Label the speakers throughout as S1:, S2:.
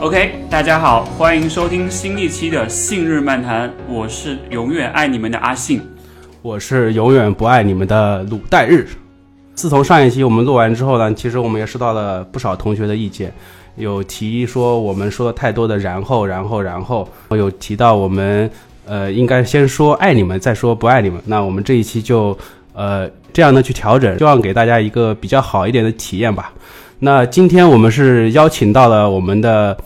S1: OK，大家好，欢迎收听新一期的《信日漫谈》，我是永远爱你们的阿信。
S2: 我是永远不爱你们的鲁代日。自从上一期我们录完之后呢，其实我们也收到了不少同学的意见，有提议说我们说的太多的然后然后然后，有提到我们呃应该先说爱你们，再说不爱你们。那我们这一期就呃这样的去调整，希望给大家一个比较好一点的体验吧。那今天我们是邀请到了我们的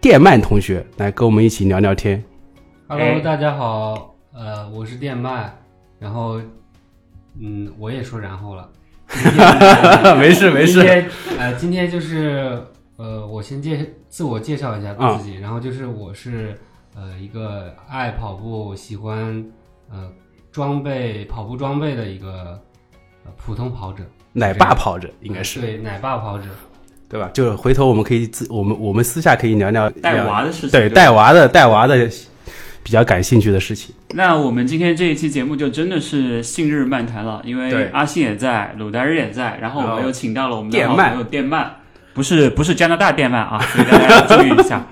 S2: 电鳗同学来跟我们一起聊聊天。
S1: 哎
S3: Hello，大家好，呃，我是电鳗，然后，嗯，我也说然后了，
S2: 没事没事
S3: 今，天呃，今天就是呃，我先介自我介绍一下
S2: 嗯
S3: 自己，然后就是我是呃一个爱跑步、喜欢呃装备跑步装备的一个、呃普通跑者，
S2: 奶爸跑着应该是。
S3: 对奶爸跑者，
S2: 对吧？就是回头我们可以自我们我们私下可以聊聊
S1: 带
S2: 聊
S1: 娃的事情，
S2: 对
S1: 吧
S2: 带娃的带娃的比较感兴趣的事情。
S1: 那我们今天这一期节目就真的是信日漫谈了，因为
S2: 对
S1: 阿信也在，鲁大日也在，然后我
S2: 然后
S1: 们又请到了我们的
S2: 电
S1: 好
S2: 鳗
S1: 朋友电鳗，不是不是加拿大电鳗啊， 所以大家要注意一 下，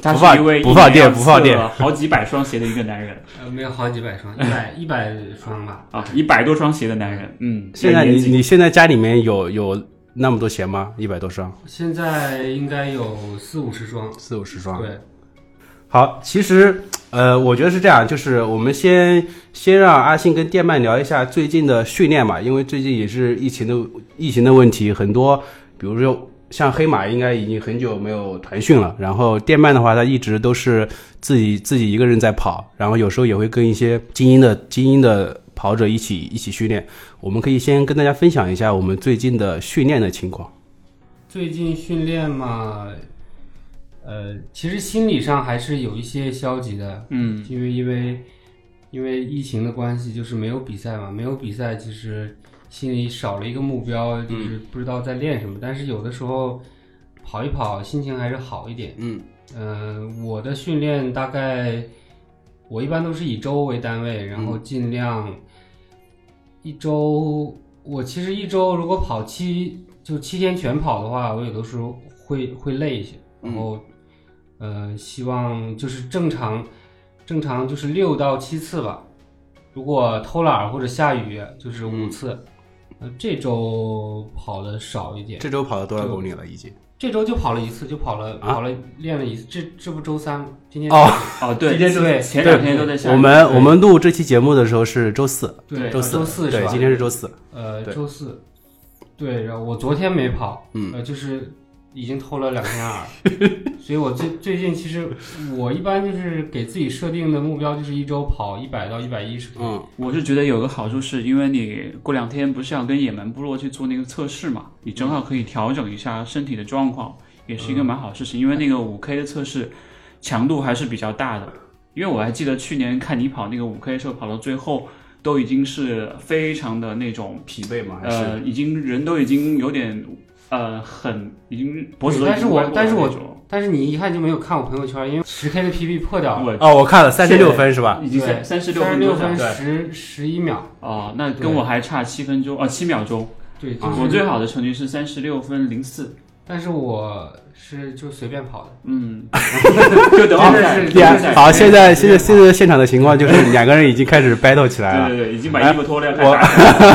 S1: 他是一位
S2: 不放
S1: 一年要
S2: 不放电
S1: 测了好几百双鞋的一个男人
S3: 呃，没有好几百双，一百一百双吧，
S1: 啊，一百多双鞋的男人，嗯，
S2: 现在
S1: 这个
S2: 你
S1: 年纪
S2: 你现在家里面有有那么多鞋吗？一百多双，
S3: 现在应该有四五十双，
S2: 四五十双。
S3: 对。
S2: 好，其实呃，我觉得是这样，就是我们先先让阿信跟电鳗聊一下最近的训练吧，因为最近也是疫情的疫情的问题，很多比如说像黑马应该已经很久没有团训了，然后电鳗的话，他一直都是自己自己一个人在跑，然后有时候也会跟一些精英的精英的跑者一起一起训练。我们可以先跟大家分享一下我们最近的训练的情况。
S3: 最近训练嘛，呃，其实心理上还是有一些消极的，
S1: 嗯
S3: 因为因为因为疫情的关系，就是没有比赛嘛，没有比赛，其实心里少了一个目标，就是不知道在练什么。但是有的时候跑一跑，心情还是好一点。
S2: 嗯，
S3: 呃，我的训练大概我一般都是以周为单位，然后尽量一周。我其实一周如果跑七就七天全跑的话，我有的时候会会累一些，
S2: 嗯
S3: 然后、呃，希望就是正常正常就是六到七次吧。如果偷懒儿或者下雨，就是五次。呃，这周跑的少一
S2: 嗯
S3: 点，
S2: 这周跑了多少公里了？已经
S3: 这周就跑了一次，就跑了、
S2: 啊
S3: 跑了练了一次，这这不周三吗？今天
S2: 哦，
S1: 哦对，
S3: 今天就
S1: 对
S3: 在
S1: 前两天都在下雨
S2: 我们
S3: 对
S2: 我们录这期节目的时候是周四，
S3: 对
S2: 周
S3: 啊四周四是
S2: 对，
S3: 吧？
S2: 今天是周四。
S3: 呃
S2: 对
S3: 周四，对，然后我昨天没跑，
S2: 嗯
S3: 呃就是已经偷了两 天耳，所以我最最近其实我一般就是给自己设定的目标就是一周跑一百到一百一十公里，
S2: 嗯，
S1: 我是觉得有个好处是，因为你过两天不是要跟野蛮部落去做那个测试嘛，你正好可以调整一下身体的状况，也是一个蛮好的事情。因为那个五 K 的测试强度还是比较大的，因为我还记得去年看你跑那个五 K 的时候，跑到最后都已经是非常的那种，
S2: 疲惫吗？还是、
S1: 呃，已经人都已经有点呃很已经脖子都已经
S3: 但是我
S1: 歪过来
S3: 但是我
S1: 那种
S3: 但是你一看就没有看我朋友圈，因为十 K 的 PB 破掉了，
S1: 我
S2: 哦，我看了三十六分是吧？
S1: 啊已经
S3: 对
S1: 三十六
S3: 三十
S1: 分
S3: 六
S1: 钟了
S3: 分
S2: 对
S3: 十十一秒，
S1: 哦，那
S3: 对
S1: 跟我还差七分钟哦，七秒钟。
S3: 对，
S2: 啊
S3: 就是、
S1: 我最好的成绩是三十六分零四，
S3: 但是我是就随便跑的，
S1: 嗯，就等会儿
S3: 对啊
S1: 再
S2: 好，现在现在
S1: 对
S2: 现在现场的情况就是 两个人已经开始 battle 起来了。
S1: 对对，已经把衣服脱了，要开
S2: 我
S1: 始打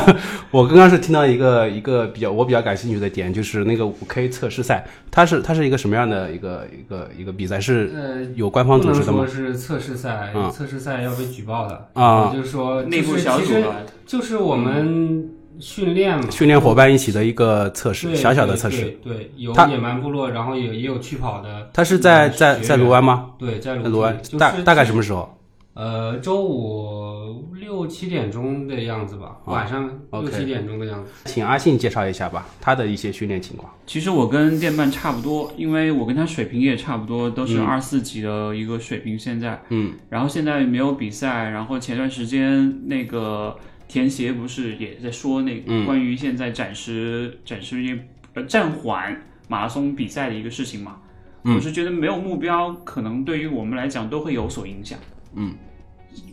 S2: 我刚刚是听到一个一个比较我比较感兴趣的点，就是那个五 K 测试赛，它是它是一个什么样的一个一个一个比赛？是
S3: 呃，
S2: 有官方
S3: 不
S2: 组
S3: 能
S2: 织的吗
S3: 说？是测试赛，
S2: 嗯
S3: 测试赛要被举报的
S2: 啊
S3: 我就是说
S1: 内部小
S3: 就是
S1: 组
S3: 其实
S1: 吧，
S3: 就是我们训练嘛，
S2: 训练伙伴一起的一个测试，
S3: 对
S2: 小小的测，
S3: 对
S2: 试。
S3: 对，对有
S2: 他
S3: 野蛮部落，然后也也有去跑的，
S2: 它是在
S3: 嗯
S2: 在
S3: 学员
S2: 在卢湾吗？
S3: 对，在
S2: 在
S3: 卢
S2: 卢湾
S3: 就是
S2: 大大概什
S3: 么？
S2: 么时候？
S3: 呃，周五六七点钟的样子吧，
S2: 哦
S3: 晚上六
S2: OK
S3: 七点钟的样子。
S2: 请阿信介绍一下吧，他的一些训练情况。
S1: 其实我跟电鳗差不多，因为我跟他水平也差不多，都是二四级的一个水平。现在，
S2: 嗯，
S1: 然后现在没有比赛，然后前段时间那个田协不是也在说那个
S2: 嗯
S1: 关于现在暂时、暂时一呃暂缓马拉松比赛的一个事情嘛？
S2: 嗯
S1: 我是觉得没有目标，可能对于我们来讲都会有所影响。
S2: 嗯，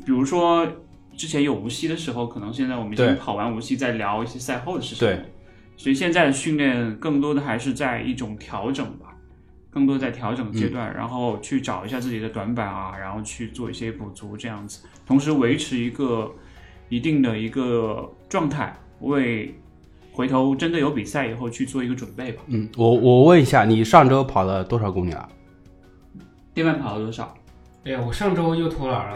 S1: 比如说之前有无锡的时候，可能现在我们已
S2: 对
S1: 经跑完无锡，再聊一些赛后的事情。
S2: 对，
S1: 所以现在的训练更多的还是在一种调整吧，更多在调整阶段，然后去找一下自己的短板啊，然后去做一些补足这样子，同时维持一个一定的一个状态，为回头真的有比赛以后去做一个准备吧。
S2: 嗯，我我问一下，你上周跑了多少公里了？
S1: 电慢跑了多少？
S3: 哎呀，我上周又 偷懒了，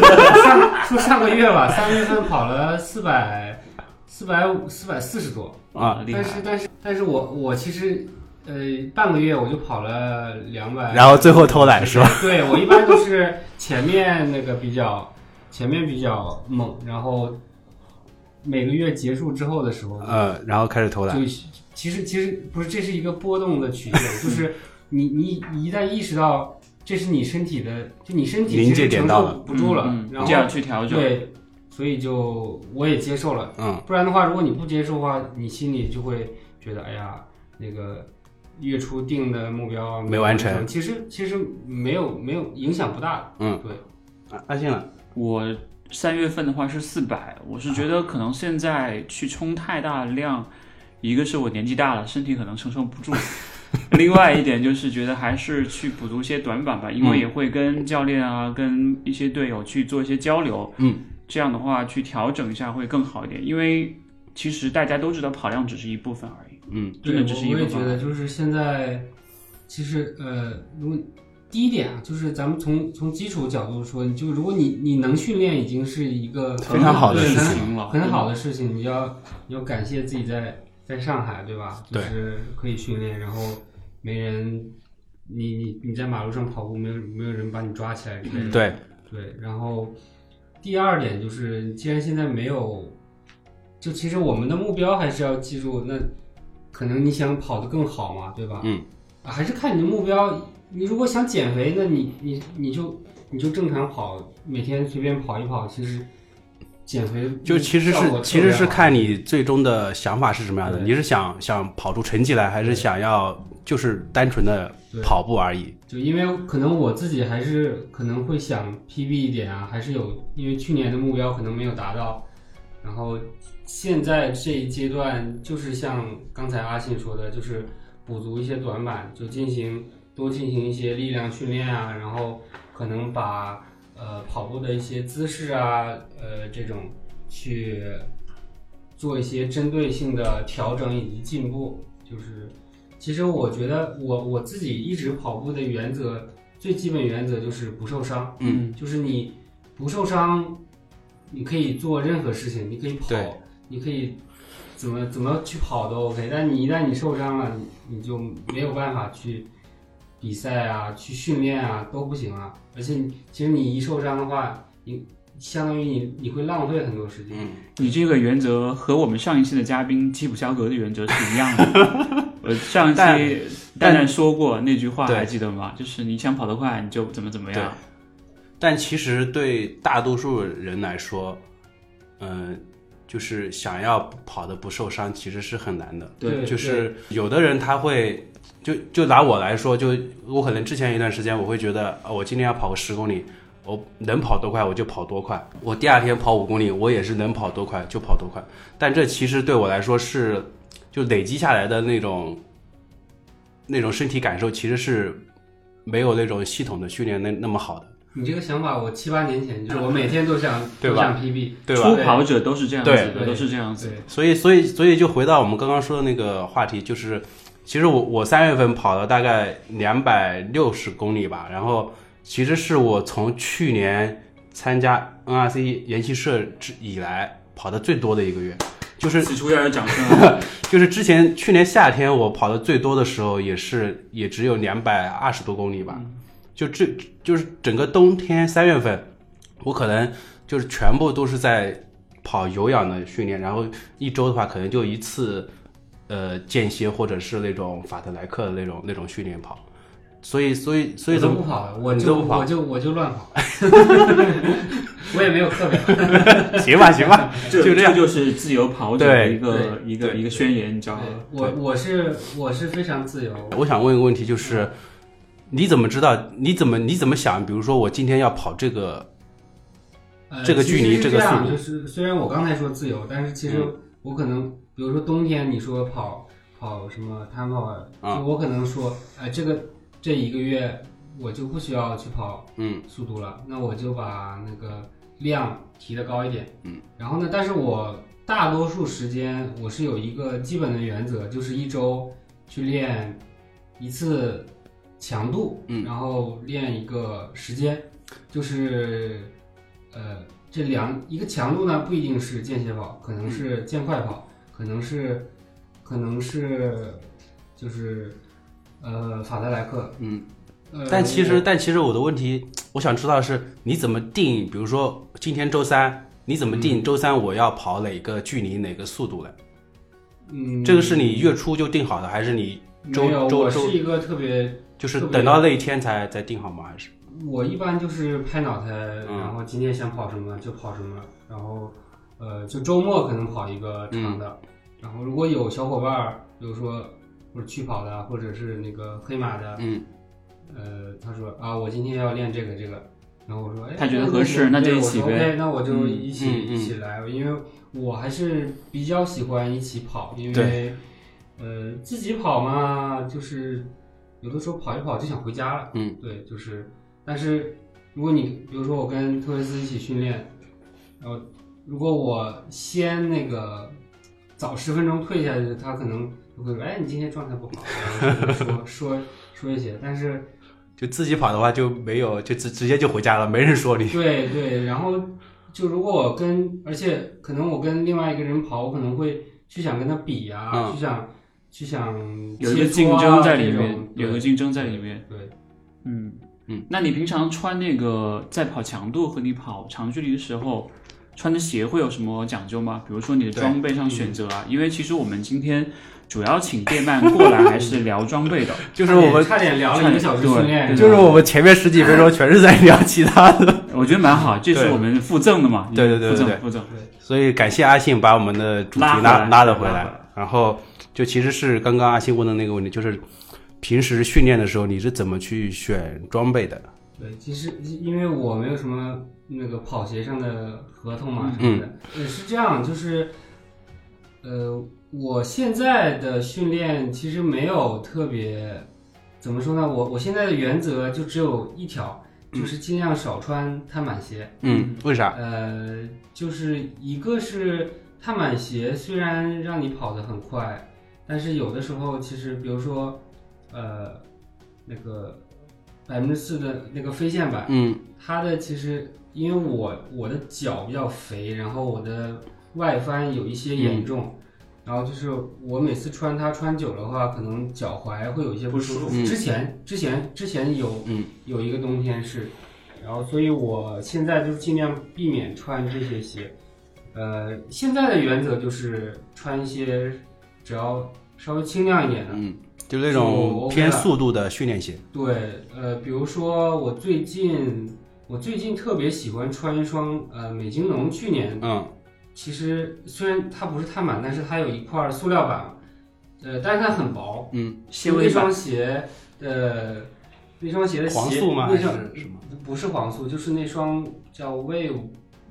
S3: 上说上个月吧，三月份跑了四百四百五四百四十多，
S2: 啊
S1: 呃厉害
S3: 但！是但是但是我我其实呃半个月我就跑了两百，
S2: 然后最后偷懒 是吧？
S3: 对我一般都是前面那个比较前面比较猛，然后每个月结束之后的时候
S2: 呃，然后开始偷懒。
S3: 就其实其实不是，这是一个波动的曲线，就是你你你一旦意识到这是你身体的，就你身体
S2: 临
S3: 其
S2: 界
S3: 实
S2: 点
S3: 承
S2: 到
S3: 受
S2: 了
S3: 不住了，
S1: 嗯嗯
S3: 然
S1: 这
S3: 后
S1: 样去调整。
S3: 对，所以就我也接受了。
S2: 嗯，
S3: 不然的话，如果你不接受的话，你心里就会觉得，哎呀，那个月初定的目标
S2: 没完成
S3: 其实其实没有没有影响不大。
S2: 嗯，
S3: 对，
S2: 啊阿信了，
S1: 我三月份的话是四百，我是觉得可能现在去冲太大的量，一个是我年纪大了，身体可能承受不住，另外一点就是觉得还是去补足一些短板吧，因为也会跟教练啊、跟一些队友去做一些交流，
S2: 嗯，
S1: 这样的话去调整一下会更好一点，因为其实大家都知道跑量只是一部分而已，
S2: 嗯，
S1: 真的只是一
S3: 我
S1: 部
S3: 我也
S1: 分。
S3: 觉得，就是现在，其实呃，如果第一点啊，就是咱们从从基础角度说，就如果你你能训练，已经是一个
S2: 非常好的
S3: 对
S2: 事
S3: 很
S2: 情
S1: 了，
S3: 很好的事情，你要你要感谢自己在在上海，对吧？
S2: 对
S3: 就是可以训练，然后没人，你你你在马路上跑步，没有没有人把你抓起来之类的。
S2: 对，
S3: 对，然后第二点就是，既然现在没有，就其实我们的目标还是要记住，那可能你想跑得更好嘛，对吧？
S2: 嗯
S3: 啊，还是看你的目标。你如果想减肥，那你你你就你就正常跑，每天随便跑一跑，其实减肥
S2: 就其实
S3: 嗯效果特
S2: 是
S3: 别
S2: 其实是
S3: 好
S2: 看你最终的想法是什么样的，
S3: 对
S2: 你是想想跑出成绩来，还是想要就是单纯的
S3: 对
S2: 跑步而已？
S3: 就因为可能我自己还是可能会想 PB 一点啊，还是有，因为去年的目标可能没有达到，然后现在这一阶段就是像刚才阿信说的，就是补足一些短板，就进行多进行一些力量训练啊，然后可能把呃跑步的一些姿势啊，呃这种去做一些针对性的调整以及进步，就是其实我觉得我我自己一直跑步的原则，最基本原则就是不受伤，
S1: 嗯，
S3: 就是你不受伤，你可以做任何事情，你可以跑
S2: 对，
S3: 你可以怎么怎么去跑都 OK，但你一旦你受伤了，你你就没有办法去比赛啊，去训练啊都不行啊，而且你其实你一受伤的话，你相当于你你会浪费很多时间。
S2: 嗯
S1: 你这个原则和我们上一期的嘉宾基普乔格的原则是一样的。 呃，上一
S2: 但
S1: 期
S2: 但
S1: 蛋蛋说过那句话，
S2: 对
S1: 还记得吗？就是你想跑得快，你就怎么怎么样。
S2: 但其实对大多数人来说，嗯、就是想要跑的不受伤，其实是很难的。
S3: 对
S2: 就是有的人他会，就就拿我来说，就我可能之前一段时间，我会觉得，啊，我今天要跑个十公里，我能跑多快我就跑多快。我第二天跑五公里，我也是能跑多快就跑多快。但这其实对我来说是，就累积下来的那种，那种身体感受其实是没有那种系统的训练那那么好的。
S3: 你这个想法，我七八年前就是我每天都想
S2: 嗯 对
S3: 都
S2: 吧
S3: 想 PB，
S2: 对吧
S1: 初跑者都是这样子
S3: 对
S1: 的，都是这样子
S3: 对
S1: 的。。
S2: 所以，所以，所以就回到我们刚刚说的那个话题，就是，其实我我三月份跑了大概两百六十公里吧，然后其实是我从去年参加 NRC 研习社之以来跑的最多的一个月，就是
S1: 此处要有掌声啊！
S2: 就是之前去年夏天我跑的最多的时候，也是也只有两百二十多公里吧，就这就是整个冬天三月份，我可能就是全部都是在跑有氧的训练，然后一周的话可能就一次，呃，间歇或者是那种法特莱克的那种那种训练跑。所以，所以，所以
S3: 我
S2: 怎
S3: 都
S2: 么
S3: 不跑，我
S2: 你
S3: 就
S2: 都不跑
S3: 我就我就乱 跑，我也没有课表。
S2: 行吧，行吧，
S1: 这
S2: 就这样
S1: 就是自由跑者的
S2: 对
S1: 一个一个
S2: 对
S1: 一个宣言，你知道吗？
S3: 我我是我是非常自由，
S2: 我想问一个问题，就是你怎么知道？你怎么你怎么想？比如说，我今天要跑这个，
S3: 呃，
S2: 这个
S3: 其实
S2: 距离
S3: 是
S2: 这
S3: 这
S2: 个
S3: 样
S2: 速度嗯
S3: 就是虽然我刚才说自由，但是其实我可能，比如说冬天你说跑跑什么摊跑，
S2: 啊
S3: 就我可能说，哎，这个这一个月我就不需要去跑
S2: 嗯
S3: 速度了，那我就把那个量提得高一点，
S2: 嗯，
S3: 然后呢，但是我大多数时间我是有一个基本的原则，就是一周去练一次强度，
S2: 嗯
S3: 然后练一个时间，就是呃这两一个强度呢不一定是间歇跑，可能是健快跑，可能是可能是就是呃法特莱克，
S2: 嗯。
S3: 呃，
S2: 但其实，
S3: 我
S2: 但其实我的问题，我想知道的是你怎么定？比如说今天周三，你怎么定周三我要跑哪个距离、哪个速度的？
S3: 嗯
S2: 这个是你月初就定好的，还是你
S3: 没有
S2: 周周
S3: 我
S2: 周
S3: 是一个特别
S2: 就是
S3: 特别
S2: 等到那一天才才定好吗？还是
S3: 我一般就是拍脑袋，
S2: 嗯
S3: 然后今天想跑什么就跑什么，然后呃，就周末可能跑一个
S1: 嗯
S3: 长的，然后如果有小伙伴儿，比如说或者去跑的，啊或者是那个黑马的，
S2: 嗯
S3: 呃，他说啊，我今天要练这个这个，然后我说，哎，
S1: 他觉得合适那
S3: 对
S1: 就
S3: 我
S1: 一起
S3: 说
S1: 呗
S3: OK，那我就
S1: 嗯
S3: 一起、
S2: 嗯嗯
S3: 一起来，因为我还是比较喜欢一起跑，因为呃自己跑嘛，就是有的时候跑一跑就想回家了。
S2: 嗯，
S3: 对，就是，但是如果你比如说我跟特维斯一起训练，然后如果我先那个早十分钟退下去，他可能就会说：“哎，你今天状态不好。”然后说说说一些，但是
S2: 就自己跑的话就没有，就直直接就回家了，没人 说你。
S3: 对对，然后就如果我跟，而且可能我跟另外一个人跑，我可能会去想跟他比啊，
S2: 嗯
S3: 去想去想
S1: 有一
S3: 切
S1: 个
S3: 磋
S1: 竞
S3: 啊
S1: 争在里
S3: 这种
S1: 面，有个
S3: 对
S1: 竞争在里面。
S3: 对，
S1: 嗯
S2: 嗯，
S1: 那你平常穿那个在跑强度和你跑长距离的时候，穿的鞋会有什么讲究吗？比如说你的
S2: 对嗯
S1: 装备上选择啊，因为其实我们今天主要请电鳗过来还是聊装 备的。
S2: 就是我们，
S3: 差点聊了一个小时训练，
S1: 对
S2: 就是我们前面十几分钟全是在聊其他的。
S1: 我觉得蛮好，这是
S2: 对
S1: 我们附赠的嘛。
S2: 对对对
S1: 附
S2: 对
S1: 赠
S2: 对
S1: 附赠。
S2: 所以感谢阿信把我们的主题
S1: 拉回
S2: 拉
S1: 来
S2: 拉了回
S1: 拉回
S2: 来
S1: 来。
S2: 然后就其实是刚刚阿信问的那个问题，就是平时训练的时候你是怎么去选装备的？
S3: 对，其实因为我没有什么那个跑鞋上的合同嘛什么的，呃，是这样，就是，呃，我现在的训练其实没有特别，怎么说呢？我我现在的原则就只有一条，就是尽量少穿碳板鞋。
S2: 嗯，为啥？
S3: 呃，就是一个是碳板鞋，虽然让你跑得很快，但是有的时候其实，比如说，呃，那个百分之四的那个飞线板，
S2: 嗯
S3: 它的其实因为我我的脚比较肥，然后我的外翻有一些严重，然后就是我每次穿它穿久了的话，可能脚踝会有一些不舒服。
S2: 不舒服
S3: 之前之前之前有
S2: 嗯
S3: 有一个冬天是，然后所以我现在就是尽量避免穿这些鞋。呃，现在的原则就是穿一些只要稍微轻量一点的，
S2: 嗯，就那
S3: 就
S2: 种
S3: OK
S2: 偏
S3: 了
S2: 速度的训练鞋。
S3: 对，呃，比如说我最近，我最近特别喜欢穿一双呃美津浓，去年
S2: 嗯
S3: 其实虽然它不是碳板，但是它有一块塑料板，呃，但是它很薄。
S2: 嗯，
S1: 纤
S3: 那
S1: 维版
S3: 双鞋的呃那双鞋的鞋
S2: 黄素吗？
S3: 那
S2: 还是
S3: 双
S2: 什么？
S3: 不是黄素，就是那双叫 Wave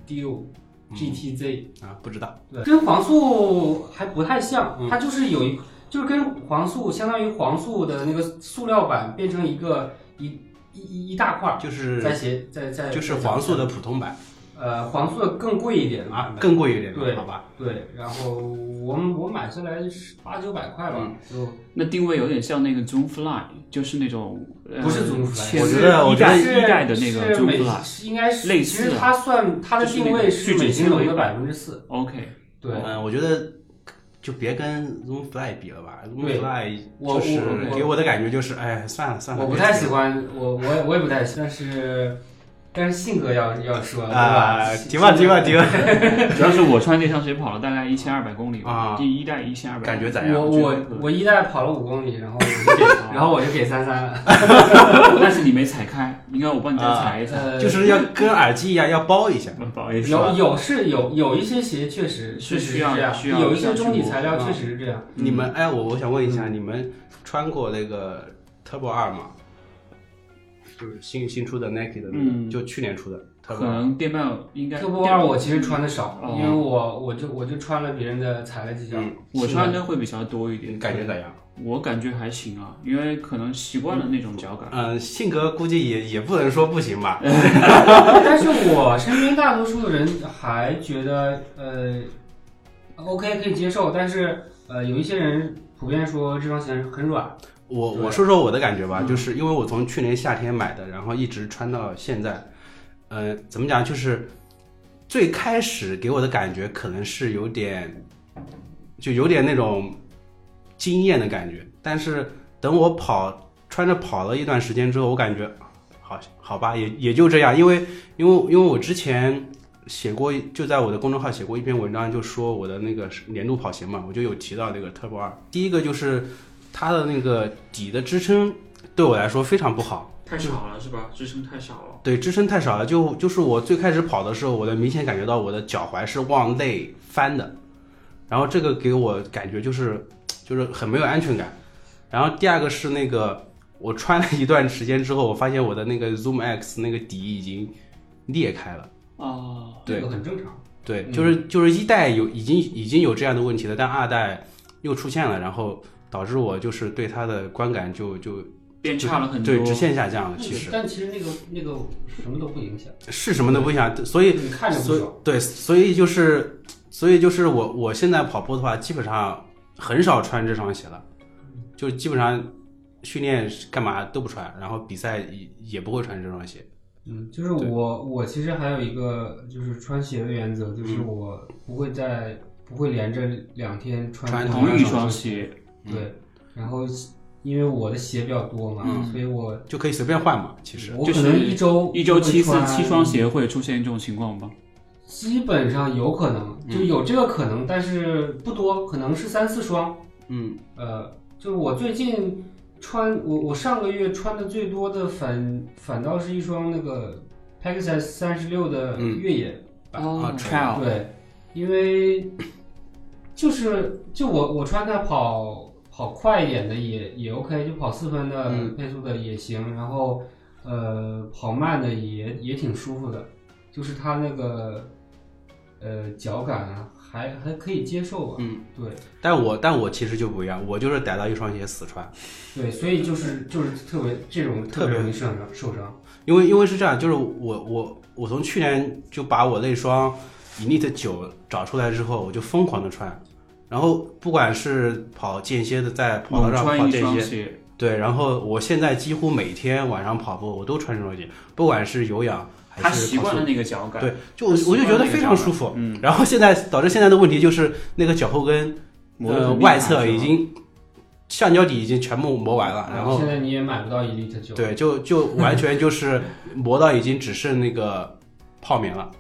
S3: Dew
S2: 嗯
S3: GTZ，、
S2: 啊，不知道。
S3: 对，跟黄素还不太像
S2: 嗯，
S3: 它就是有一，就是跟黄素相当于黄素的那个塑料板变成一个一一一一大块儿，
S2: 就是
S3: 在鞋在在
S2: 就是
S3: 在
S2: 黄素的普通版
S3: 呃黄素的更贵一点
S2: 啊
S3: 嘛，，
S2: 更贵一点，
S3: 对
S2: 好吧？
S3: 对，然后我我买下来是八九百块
S2: 嗯
S3: 吧，就
S1: 那定位有点像那个 Zoom Fly，就是那种呃
S3: 不是 Zoom Fly
S2: 我觉得我
S1: 一
S2: 觉得
S1: 代
S3: 是
S1: 一代的那个
S3: 是
S1: Zoom
S3: 美
S1: Fly。
S3: 是应该是
S1: 类
S3: 其
S1: 似
S3: 实
S1: 啊
S3: 它算它的
S1: 就是那
S3: 定位
S1: 个
S3: 是
S1: 聚酯
S3: 美津浓
S1: 纤
S3: 的
S1: 维哦
S3: 百分之四，
S1: OK，
S3: 对。
S2: 嗯，我觉得就别跟 Zoom Fly 比了吧，Zoom
S3: 对
S2: Fly
S3: 我
S2: 就是
S3: 我我
S2: 给我的感觉就是，哎，算了算了，
S3: 我不
S2: 别
S3: 太
S2: 提了
S3: 喜欢，我我也我也不太喜欢，但是但是性格要要说，对
S2: 啊
S3: 吧？，
S2: 提吧提吧提吧，
S1: 主要是我穿这双鞋跑了大概一千二百公里吧，
S2: 啊
S1: 第一代一千二百，
S2: 感觉嗯咋样？
S3: 我我我一代跑了五公里，然后我 就给，然后我就给三三了。
S1: 但是你没踩开，应该我帮你再踩一踩。
S3: 呃，
S2: 就是要跟耳机一样要包一下。
S1: 不好意思，
S3: 有有是有有一些鞋确实
S1: 是
S3: 确实
S1: 需要
S3: 这样，
S1: 需要
S3: 有一
S1: 需要
S3: 些
S1: 去
S3: 中底
S1: 磨
S3: 材料
S2: 啊
S3: 确实是这样。
S2: 你们哎，我我想问一下，你们穿过那个 Turbo 二吗？就是新新出的 Nike 的那
S1: 嗯
S2: 个，就去年出的
S1: 可
S2: Turbo
S1: 能电报应该
S3: t u b 二我其实穿的少，
S1: 哦
S3: 因为我我就我就穿了别人的踩了几脚。
S2: 嗯
S1: 我穿的会比较多一
S2: 你
S1: 点，
S2: 感觉咋样？
S1: 我感觉还行啊，因为可能习惯了那种脚感。
S2: 嗯，性格估计也也不能说不行吧。
S3: 但是我身边大多数人还觉得呃，OK 可以接受，但是呃，有一些人普遍说这双鞋很软。
S2: 我
S3: 对
S2: 我说说我的感觉吧，
S3: 嗯
S2: 就是因为我从去年夏天买的，然后一直穿到现在，呃，怎么讲？就是最开始给我的感觉可能是有点，就有点那种惊艳的感觉，但是等我跑穿着跑了一段时间之后，我感觉好好吧，也也就这样，因为因为因为我之前。写过一就在我的公众号写过一篇文章，就说我的那个是年度跑鞋嘛，我就有提到那个 Turbo 二。第一个就是它的那个底的支撑对我来说非常不好，
S1: 太少了是吧？支撑太少了。
S2: 对支撑太少了。就就是我最开始跑的时候，我能明显感觉到我的脚踝是往内翻的，然后这个给我感觉就是就是很没有安全感。然后第二个是那个我穿了一段时间之后，我发现我的那个 Zoom X 那个底已经裂开了。
S1: 啊，
S2: 对
S3: 这个很正常。
S2: 对，
S3: 嗯
S2: 就是就是一代有已经已经有这样的问题了，但二代又出现了，然后导致我就是对它的观感就就
S1: 变差了很多。
S2: 对直线下降了。其实
S3: 但其实那个那个什么都不影响，
S2: 是什么都不想，所以
S3: 你看着不
S2: 所以
S3: 爽。
S2: 对，所以就是所以就是我我现在跑步的话，基本上很少穿这双鞋了，
S1: 嗯
S2: 就基本上训练干嘛都不穿，然后比赛也也不会穿这双鞋。
S3: 嗯，就是
S2: 对
S3: 我我其实还有一个就是穿鞋的原则，就是我不会在不会连着两天
S2: 穿
S3: 同
S1: 同
S3: 样
S1: 一
S3: 的
S1: 双鞋，
S3: 对，然后因为我的鞋比较多嘛，
S1: 嗯
S3: 所以我
S2: 就可以随便换嘛，其实
S3: 我
S1: 就
S3: 可
S1: 是
S3: 能一周
S1: 一周七次
S3: 会穿
S1: 七双，鞋会出现这种情况吧？
S3: 基本上有可能就
S2: 嗯
S3: 有这个可能，但是不多，可能是三四双。
S2: 嗯，
S3: 呃，就是我最近穿我我上个月穿的最多的反反倒是一双那个 Pegasus 三十六的
S2: 嗯
S3: 越野，
S2: 啊
S1: 哦，trail，
S3: 对，因为就是就我我穿它跑跑快一点的也也 OK，就跑四分的
S2: 嗯
S3: 配速的也行，然后呃跑慢的也也挺舒服的，就是它那个呃脚感啊还还可以接受吧。
S2: 嗯，
S3: 对
S2: 但我但我其实就不一样，我就是逮到一双鞋死穿。
S3: 对，所以就是就是特别这种
S2: 特
S3: 特别
S2: 别
S3: 容易受伤受伤。
S2: 因为因为是这样，就是我我我从去年就把我那双 Elite 九找出来之后，我就疯狂的穿，然后不管是跑间歇的，在跑道
S1: 猛
S2: 上跑
S1: 穿一
S2: 间
S1: 双
S2: 歇，
S1: 鞋，
S2: 对，然后我现在几乎每天晚上跑步我都穿这双鞋，不管是有氧
S1: 他
S2: 还
S1: 习
S2: 是跑
S1: 惯了
S2: 速，
S1: 那个脚感。
S2: 对，就我我就觉得非常舒服。
S1: 嗯，
S2: 然后现在导致现在的问题就是那个脚后跟
S1: 磨得
S2: 呃
S1: 很厉害
S2: 外侧已经橡胶底已经全部磨完了，然后
S3: 现在你也买不到 Elite 九，
S2: 对，就就完全就是磨到已经只剩那个泡棉了。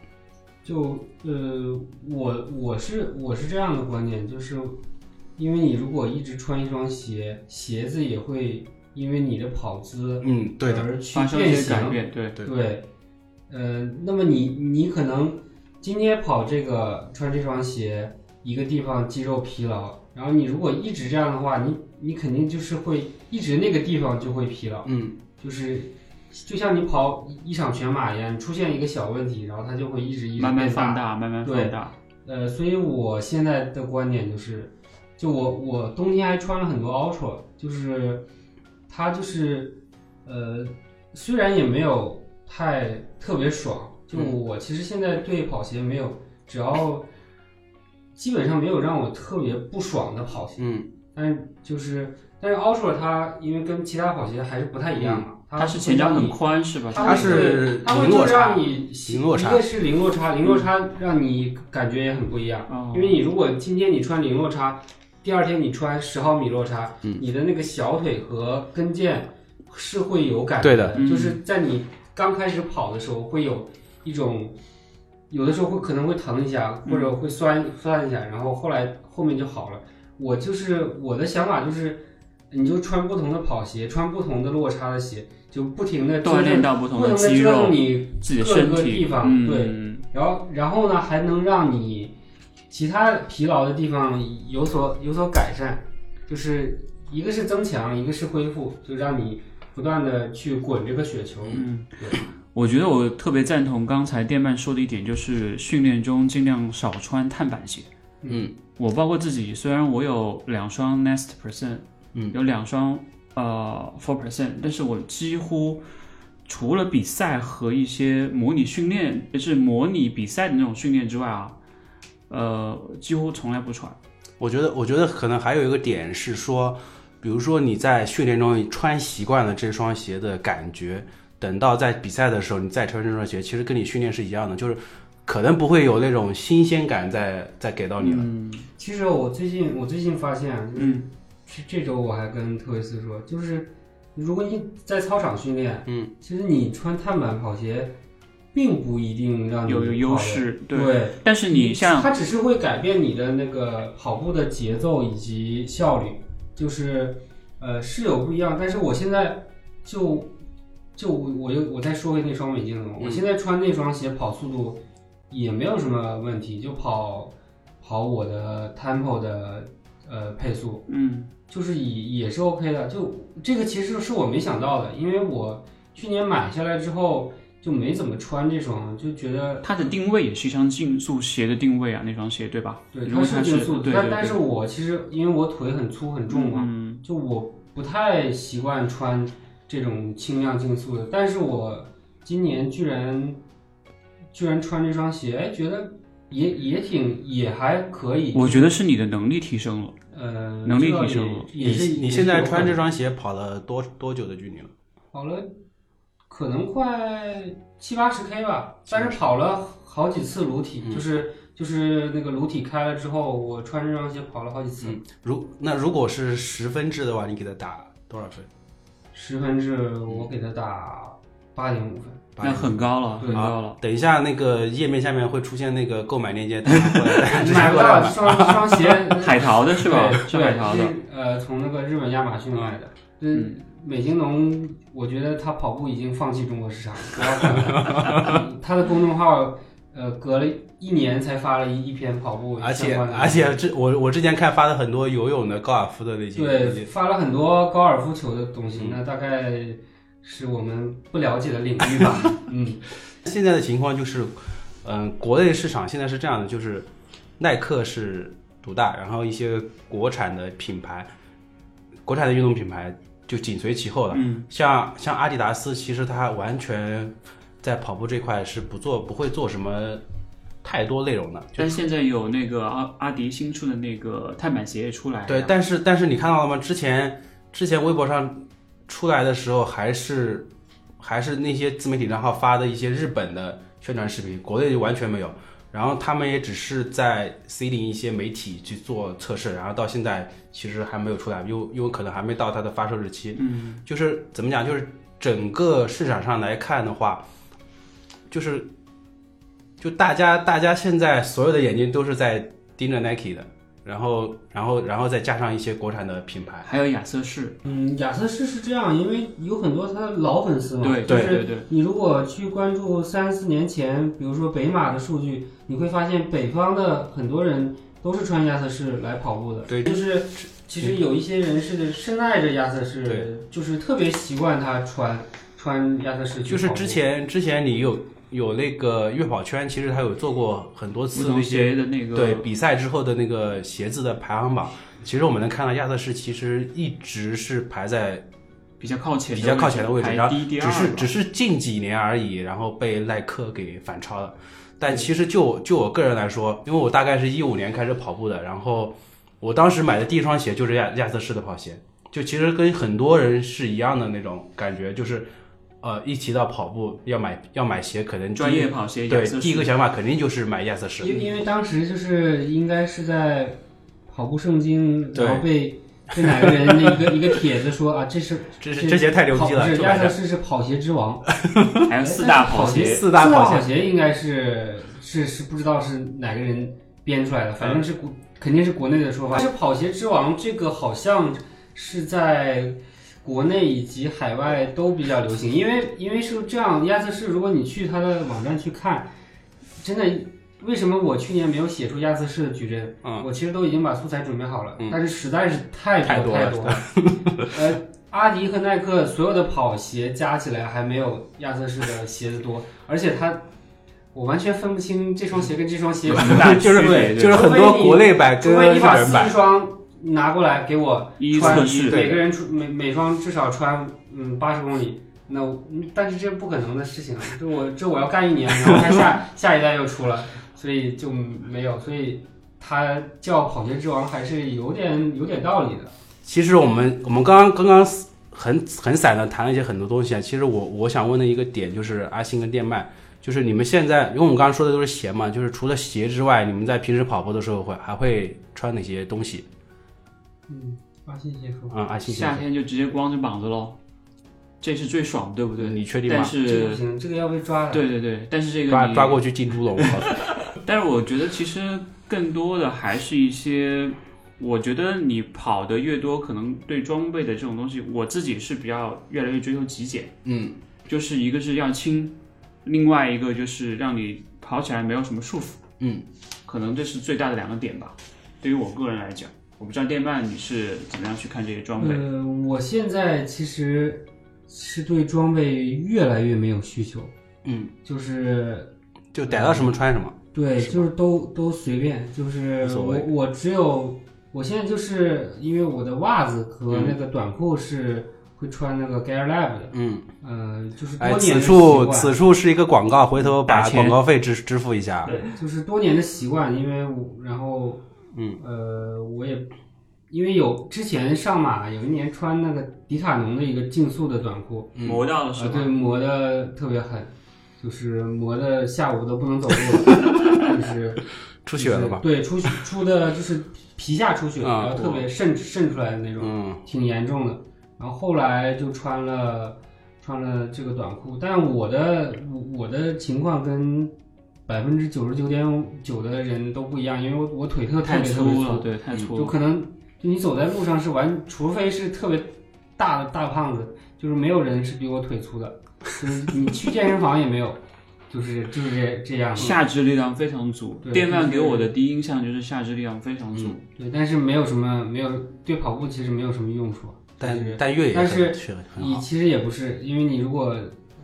S3: 就呃，我我是我是这样的观点，就是因为你如果一直穿一双鞋，鞋子也会因为你的跑姿
S2: 嗯，对的，
S3: 而去
S1: 发生一
S3: 变
S1: 些改
S3: 形。
S1: 变，对，
S2: 对
S3: 对，呃，那么你你可能今天跑这个穿这双鞋，一个地方肌肉疲劳，然后你如果一直这样的话，你你肯定就是会一直那个地方就会疲劳。
S2: 嗯，
S3: 就是就像你跑一一场全马一样，你出现一个小问题，然后它就会一直一直
S1: 慢慢
S3: 变
S1: 放大，慢慢放大。
S3: 呃，所以我现在的观点就是，就我我冬天还穿了很多 Ultra，就是它就是呃，虽然也没有太特别爽，就
S2: 嗯
S3: 我其实现在对跑鞋没有，只要基本上没有让我特别不爽的跑鞋。
S2: 嗯，
S3: 但是就是，但是 Ultra 它因为跟其他跑鞋还是不太一样
S2: 嗯
S3: 嘛，
S1: 它是
S3: 会
S1: 前脚
S3: 让
S1: 很
S3: 你
S1: 宽是吧？
S3: 它
S2: 它
S1: 它
S2: 是
S3: 它会
S2: 零
S3: 就
S2: 落差
S3: 让你
S2: 零落差嗯
S3: 一个是零落差，零落差让你感觉也很不一样，
S1: 哦
S3: 因为你如果今天你穿零落差，第二天你穿十毫米落差，你的那个小腿和跟腱是会有感觉
S2: 对的
S1: 嗯
S3: 就是在你刚开始跑的时候会有一种，有的时候会可能会疼一下，
S1: 嗯
S3: 或者会酸酸一下，然后后来后面就好了。我就是我的想法就是，你就穿不同的跑鞋，穿不同的落差的鞋，就不停的
S1: 锻炼到不同
S3: 不
S1: 的
S3: 停的
S1: 肌
S3: 折
S1: 肉
S3: 腾、你，
S1: 自己的身
S3: 各个
S1: 体
S3: 地，方
S1: 嗯，
S3: 然后然后呢还能让你其他疲劳的地方有所有所改善，就是一个是增强，一个是恢复，就让你不断的去滚这个雪球。
S1: 嗯
S3: 对，
S1: 我觉得我特别赞同刚才电鳗说的一点，就是训练中尽量少穿碳板鞋。
S2: 嗯，
S1: 我包括自己，虽然我有两双 Nest Percent，
S2: 嗯，
S1: 有两双呃 Four Percent，但是我几乎除了比赛和一些模拟训练，就是模拟比赛的那种训练之外啊，呃，几乎从来不穿。
S2: 我觉得，我觉得可能还有一个点是说，比如说你在训练中穿习惯了这双鞋的感觉，等到在比赛的时候你再穿这双鞋，其实跟你训练是一样的，就是可能不会有那种新鲜感再再给到你了。
S1: 嗯
S3: 其实我最近我最近发现啊，就是
S1: 嗯
S3: 这这周我还跟特维斯说，就是如果你在操场训练，
S2: 嗯，
S3: 其实你穿碳板跑鞋，并不一定让你
S1: 有有优
S3: 跑得，
S1: 势，对。
S3: 嗯对嗯
S1: 但是你像
S3: 它只是会改变你的那个跑步的节奏以及效率，就是呃是有不一样，但是我现在就就我我又我再说回那双美镜了嘛，
S2: 嗯
S3: 我现在穿那双鞋跑速度也没有什么问题，就跑跑我的 tempo 的呃配速，
S1: 嗯
S3: 就是也也是 OK 的。就这个其实是我没想到的，因为我去年买下来之后就没怎么穿这双，就觉得
S1: 它的定位也是一双竞速鞋的定位啊，那双鞋对吧？
S3: 对
S1: 如
S3: 它
S1: 果
S3: 是
S1: 它
S3: 竞
S1: 是
S3: 速，
S1: 对
S3: 但
S1: 对
S3: 但
S1: 对
S3: 是我其实因为我腿很粗很重嘛，
S1: 嗯
S3: 就我不太习惯穿这种轻量竞速的，但是我今年居然居然穿这双鞋，哎，觉得也也挺也还可以，
S1: 我觉得是你的能力提升了。
S3: 呃，
S1: 能力
S3: 这个
S1: 提升了
S3: 也也是
S2: 你
S3: 也
S2: 你
S3: 是
S2: 现在
S3: 有
S2: 穿
S3: 可
S2: 这
S3: 能
S2: 双鞋跑了多多久的距离了？
S3: 跑了可能快七八十 K 吧，但是跑了好几次裸体，
S2: 嗯
S3: 就是就是那个裸体开了之后，我穿这双鞋跑了好几次，
S2: 嗯如那如果是十分制的话，你给他打多少分？
S3: 十分制我给他打八点五分。
S2: 八
S1: 那
S2: 分
S1: 很高了，
S3: 对
S1: 很高了。
S2: 好，等一下，那个页面下面会出现那个购买链接，大家过来直接
S3: 买不
S2: 过来
S3: 到这
S2: 买。
S3: 双这双鞋
S1: 海淘的是吧？
S3: 对
S1: 是海
S3: 对，
S1: 淘的。
S3: 是呃，从那个日本亚马逊买的。就是
S1: 嗯
S3: 美津浓，我觉得他跑步已经放弃中国市场了不要管了。 他的公众号，呃，隔了一年才发了一一篇跑步
S2: 而且
S3: 相关的
S2: 而且这我我之前看发的很多游泳的、高尔夫的那些，
S3: 对，发了很多高尔夫球的东西
S2: 嗯，
S3: 那大概是我们不了解的领域吧。嗯，
S2: 现在的情况就是，嗯、国内市场现在是这样的，就是耐克是独大，然后一些国产的品牌，国产的运动品牌就紧随其后了。
S1: 嗯，
S2: 像像阿迪达斯，其实它完全在跑步这块是不做不会做什么太多内容的，就
S1: 但现在有那个阿阿迪新出的那个碳板鞋也出来了。
S2: 对，但是但是你看到了吗？之前之前微博上出来的时候，还是还是那些自媒体账号发的一些日本的宣传视频，国内就完全没有。然后他们也只是在 C 零一些媒体去做测试，然后到现在其实还没有出来，又又可能还没到它的发售日期。
S1: 嗯，
S2: 就是怎么讲，就是整个市场上来看的话，就是就大家大家现在所有的眼睛都是在盯着 Nike 的，然后然后然后再加上一些国产的品牌，
S1: 还有亚瑟士。
S3: 嗯，亚瑟士是这样，因为有很多他的老粉丝嘛，
S1: 对
S3: 就
S1: 对
S3: 是
S1: 对对，
S3: 你如果去关注三四年前，比如说北马的数据，你会发现北方的很多人都是穿亚瑟士来跑步的。
S2: 对
S3: 就是其实有一些人是深爱着亚瑟士，就是特别习惯他穿穿亚瑟士去
S2: 就
S3: 跑步。
S2: 是之前之前你有有那个悦跑圈，其实它有做过很多
S1: 不
S2: 次那
S1: 同
S2: 些
S1: 鞋的那个
S2: 对比赛之后的那个鞋子的排行榜，其实我们能看到亚瑟士其实一直是排在
S1: 比较靠前的
S2: 比
S1: 位置，
S2: 较靠前的位置，然
S1: 排
S2: 后
S1: 第一、第
S2: 只
S1: 二
S2: 是
S1: 吧。
S2: 只是近几年而已，然后被耐克给反超了。但其实就我就我个人来说，因为我大概是一五年开始跑步的，然后我当时买的第一双鞋就是亚亚瑟士的跑鞋，就其实跟很多人是一样的那种感觉，就是呃，一提到跑步要买要买鞋，可能第一
S1: 专业跑鞋亚
S2: 对
S1: 瑟士。
S2: 第一个想法肯定就是买亚瑟士。
S3: 因因为当时就是应该是在跑步圣经，然后被这哪个人的一个一个帖子说啊，这是
S2: 这是这鞋太牛
S3: 跑
S2: 逼了，
S3: 不是
S2: 就
S3: 亚
S2: 买
S3: 瑟
S2: 这
S3: 士是跑鞋之王，
S1: 还有四大
S3: 哎
S1: 跑鞋，
S2: 四大
S3: 四大
S2: 跑鞋
S3: 鞋应该是是是不知道是哪个人编出来的，
S1: 嗯
S3: 反正是国肯定是国内的说法。但是跑鞋之王这个好像是在国内以及海外都比较流行，因为因为是这样，亚瑟士如果你去他的网站去看，真的。为什么我去年没有写出亚瑟士的矩阵？
S2: 嗯
S3: 我其实都已经把素材准备好了，
S2: 嗯
S3: 但是实在是太
S2: 太
S3: 多
S2: 多了
S3: 多了。 呃，阿迪和耐克所有的跑鞋加起来还没有亚瑟士的鞋子多，而且它，我完全分不清这双鞋跟这双鞋比。
S1: 四大区
S2: 就是
S1: 对
S2: 就是很多国内版跟
S3: 除非
S2: 日
S3: 你把
S2: 本
S3: 四
S2: 版，
S3: 双拿过来给我
S1: 一一测
S3: 穿，
S1: 试
S3: 每个人出每每双至少穿嗯八十公里。那我嗯但是这不可能的事情啊！这我这我要干一年，然后它下下一代又出了，所以就没有，所以它叫跑鞋之王还是有点有点道理的。
S2: 其实我们我们刚刚刚刚很很散的谈了一些很多东西啊。其实我我想问的一个点就是阿星跟电麦，就是你们现在，因为我们刚刚说的都是鞋嘛，就是除了鞋之外，你们在平时跑步的时候会还会穿哪些东西？
S3: 嗯，阿信先说，
S2: 啊、阿星先
S1: 夏
S2: 生，
S1: 天就直接光着膀子喽，这是最爽，对不对？
S2: 你确定
S1: 但
S2: 吗？
S3: 这个
S1: 是
S3: 不，行，这个要被抓的。
S1: 对对对，但是这个
S2: 抓
S1: 你
S2: 抓过去进猪笼，我 告诉
S1: 但是我觉得其实更多的还是一些，我觉得你跑的越多，可能对装备的这种东西，我自己是比较越来越追求极简。
S2: 嗯，
S1: 就是一个是要轻，另外一个就是让你跑起来没有什么束缚。
S2: 嗯，
S1: 可能这是最大的两个点吧。对于我个人来讲，我不知道电鳗你是怎么样去看这些装备。
S2: 嗯
S3: 呃，我现在其实是对装备越来越没有需求，
S2: 嗯，
S3: 就是
S2: 就逮到什么穿什么。
S3: 对，
S2: 是吧
S3: 就是都都随便，就是
S2: 无所
S3: 我
S2: 谓
S3: 我只有我现在就是因为我的袜子
S2: 嗯
S3: 和那个短裤是会穿那个 Gear Lab 的，
S2: 嗯，
S3: 呃，就是多
S2: 哎，
S3: 年
S2: 此
S3: 的习
S2: 处
S3: 惯，
S2: 此处是一个广告，回头
S1: 打
S2: 把
S1: 钱
S2: 广告费支支付一下。
S3: 对，就是多年的习惯，因为我然后
S2: 嗯
S3: 呃，我也因为有之前上马有一年穿那个迪卡侬的一个竞速的短裤。
S2: 嗯
S1: 磨到了是
S3: 啊，
S1: 吧？
S3: 对，磨的特别狠，就是磨的下午都不能走路了， 就是
S2: 出血了吧？
S3: 对，出血出的就是皮下出血，
S2: 啊
S3: 然后特别渗渗出来的那种，
S2: 嗯，
S3: 挺严重的。然后后来就穿了穿了这个短裤，但我的我我的情况跟百分之九十九点九的人都不一样，因为我我腿特
S1: 太
S3: 特别特别
S1: 粗
S3: 粗
S1: 了，，嗯对，太粗
S3: 就
S1: 了。
S3: 可能就你走在路上是完，除非是特别大的大胖子，就是没有人是比我腿粗的，就是你去健身房也没有，就是就是这这样。
S1: 下肢力量非常足，
S3: 对
S1: 电鳗
S3: 就是
S1: 给我的第一印象就是下肢力量非常足。
S3: 对，但是没有什么没有对跑步其实没有什么用处，
S2: 但
S3: 是
S2: 但越野
S3: 但是
S2: 很确很
S3: 你
S2: 好。
S3: 其实也不是，因为你如果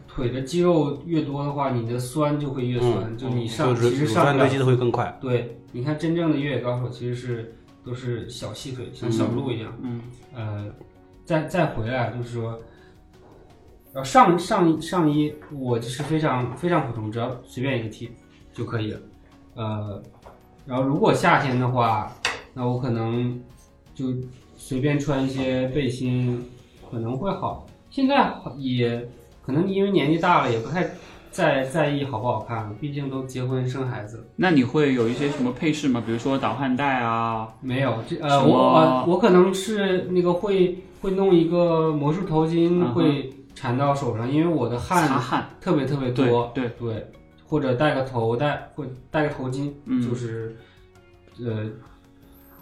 S3: 腿的肌肉越多的话，你的酸就会越酸，
S2: 嗯
S3: 就你上、
S2: 就是
S3: 其实
S2: 乳
S3: 上
S2: 酸
S3: 不
S2: 堆
S3: 了
S2: 积的会更快。
S3: 对，你看真正的越野高手其实是都是小细腿，像小鹿一样。
S1: 嗯
S3: 呃，再再回来就是说，呃，上上上衣我就是非常非常普通，只要随便一个 T 就可以了。呃，然后如果夏天的话，那我可能就随便穿一些背心可能会好。现在也可能因为年纪大了，也不太再在意好不好看了，毕竟都结婚生孩子了。
S1: 那你会有一些什么配饰吗？比如说导汗带啊，
S3: 没有，这
S1: 什
S3: 呃，
S1: 么
S3: 我我我可能是那个会会弄一个魔术头巾，
S1: 嗯哼
S3: 会缠到手上，因为我的
S1: 擦
S3: 汗
S1: 汗，
S3: 特别特别
S1: 对
S3: 多，
S1: 对，
S3: 对，或者戴个头带，或戴个头巾，
S1: 嗯
S3: 就是呃，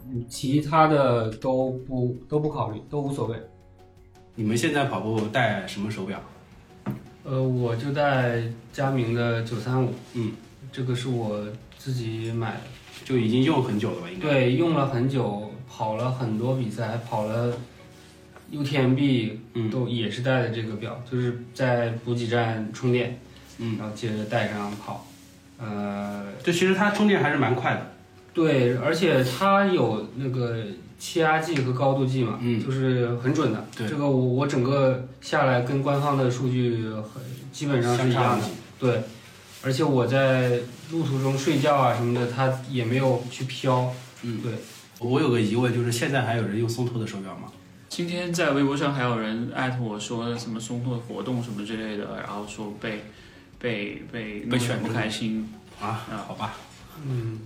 S3: 嗯其他的都不都不考虑，都无所谓。
S2: 你们现在跑步戴什么手表？
S3: 呃，我就戴佳明的九三五，
S2: 嗯，
S3: 这个是我自己买的。
S2: 就已经用很久了吧？应该。
S3: 对，用了很久，跑了很多比赛，还跑了 UTMB，
S2: 嗯
S3: 都也是带的这个表，就是在补给站充电，
S2: 嗯，
S3: 然后接着带上跑。呃，
S2: 就其实它充电还是蛮快的。
S3: 对，而且它有那个气压计和高度计嘛，
S2: 嗯
S3: 就是很准的。
S2: 对
S3: 这个我我整个下来跟官方的数据很基本上是一样的。对，而且我在路途中睡觉啊什么的，它也没有去飘。
S2: 嗯
S3: 对。
S2: 我有个疑问，就是现在还有人用松拓的手表吗？
S1: 今天在微博上还有人艾特我说什么松拓的活动什么之类的，然后说被被被
S2: 被选中
S1: 弄得不开心。
S2: 啊，好吧，
S3: 嗯，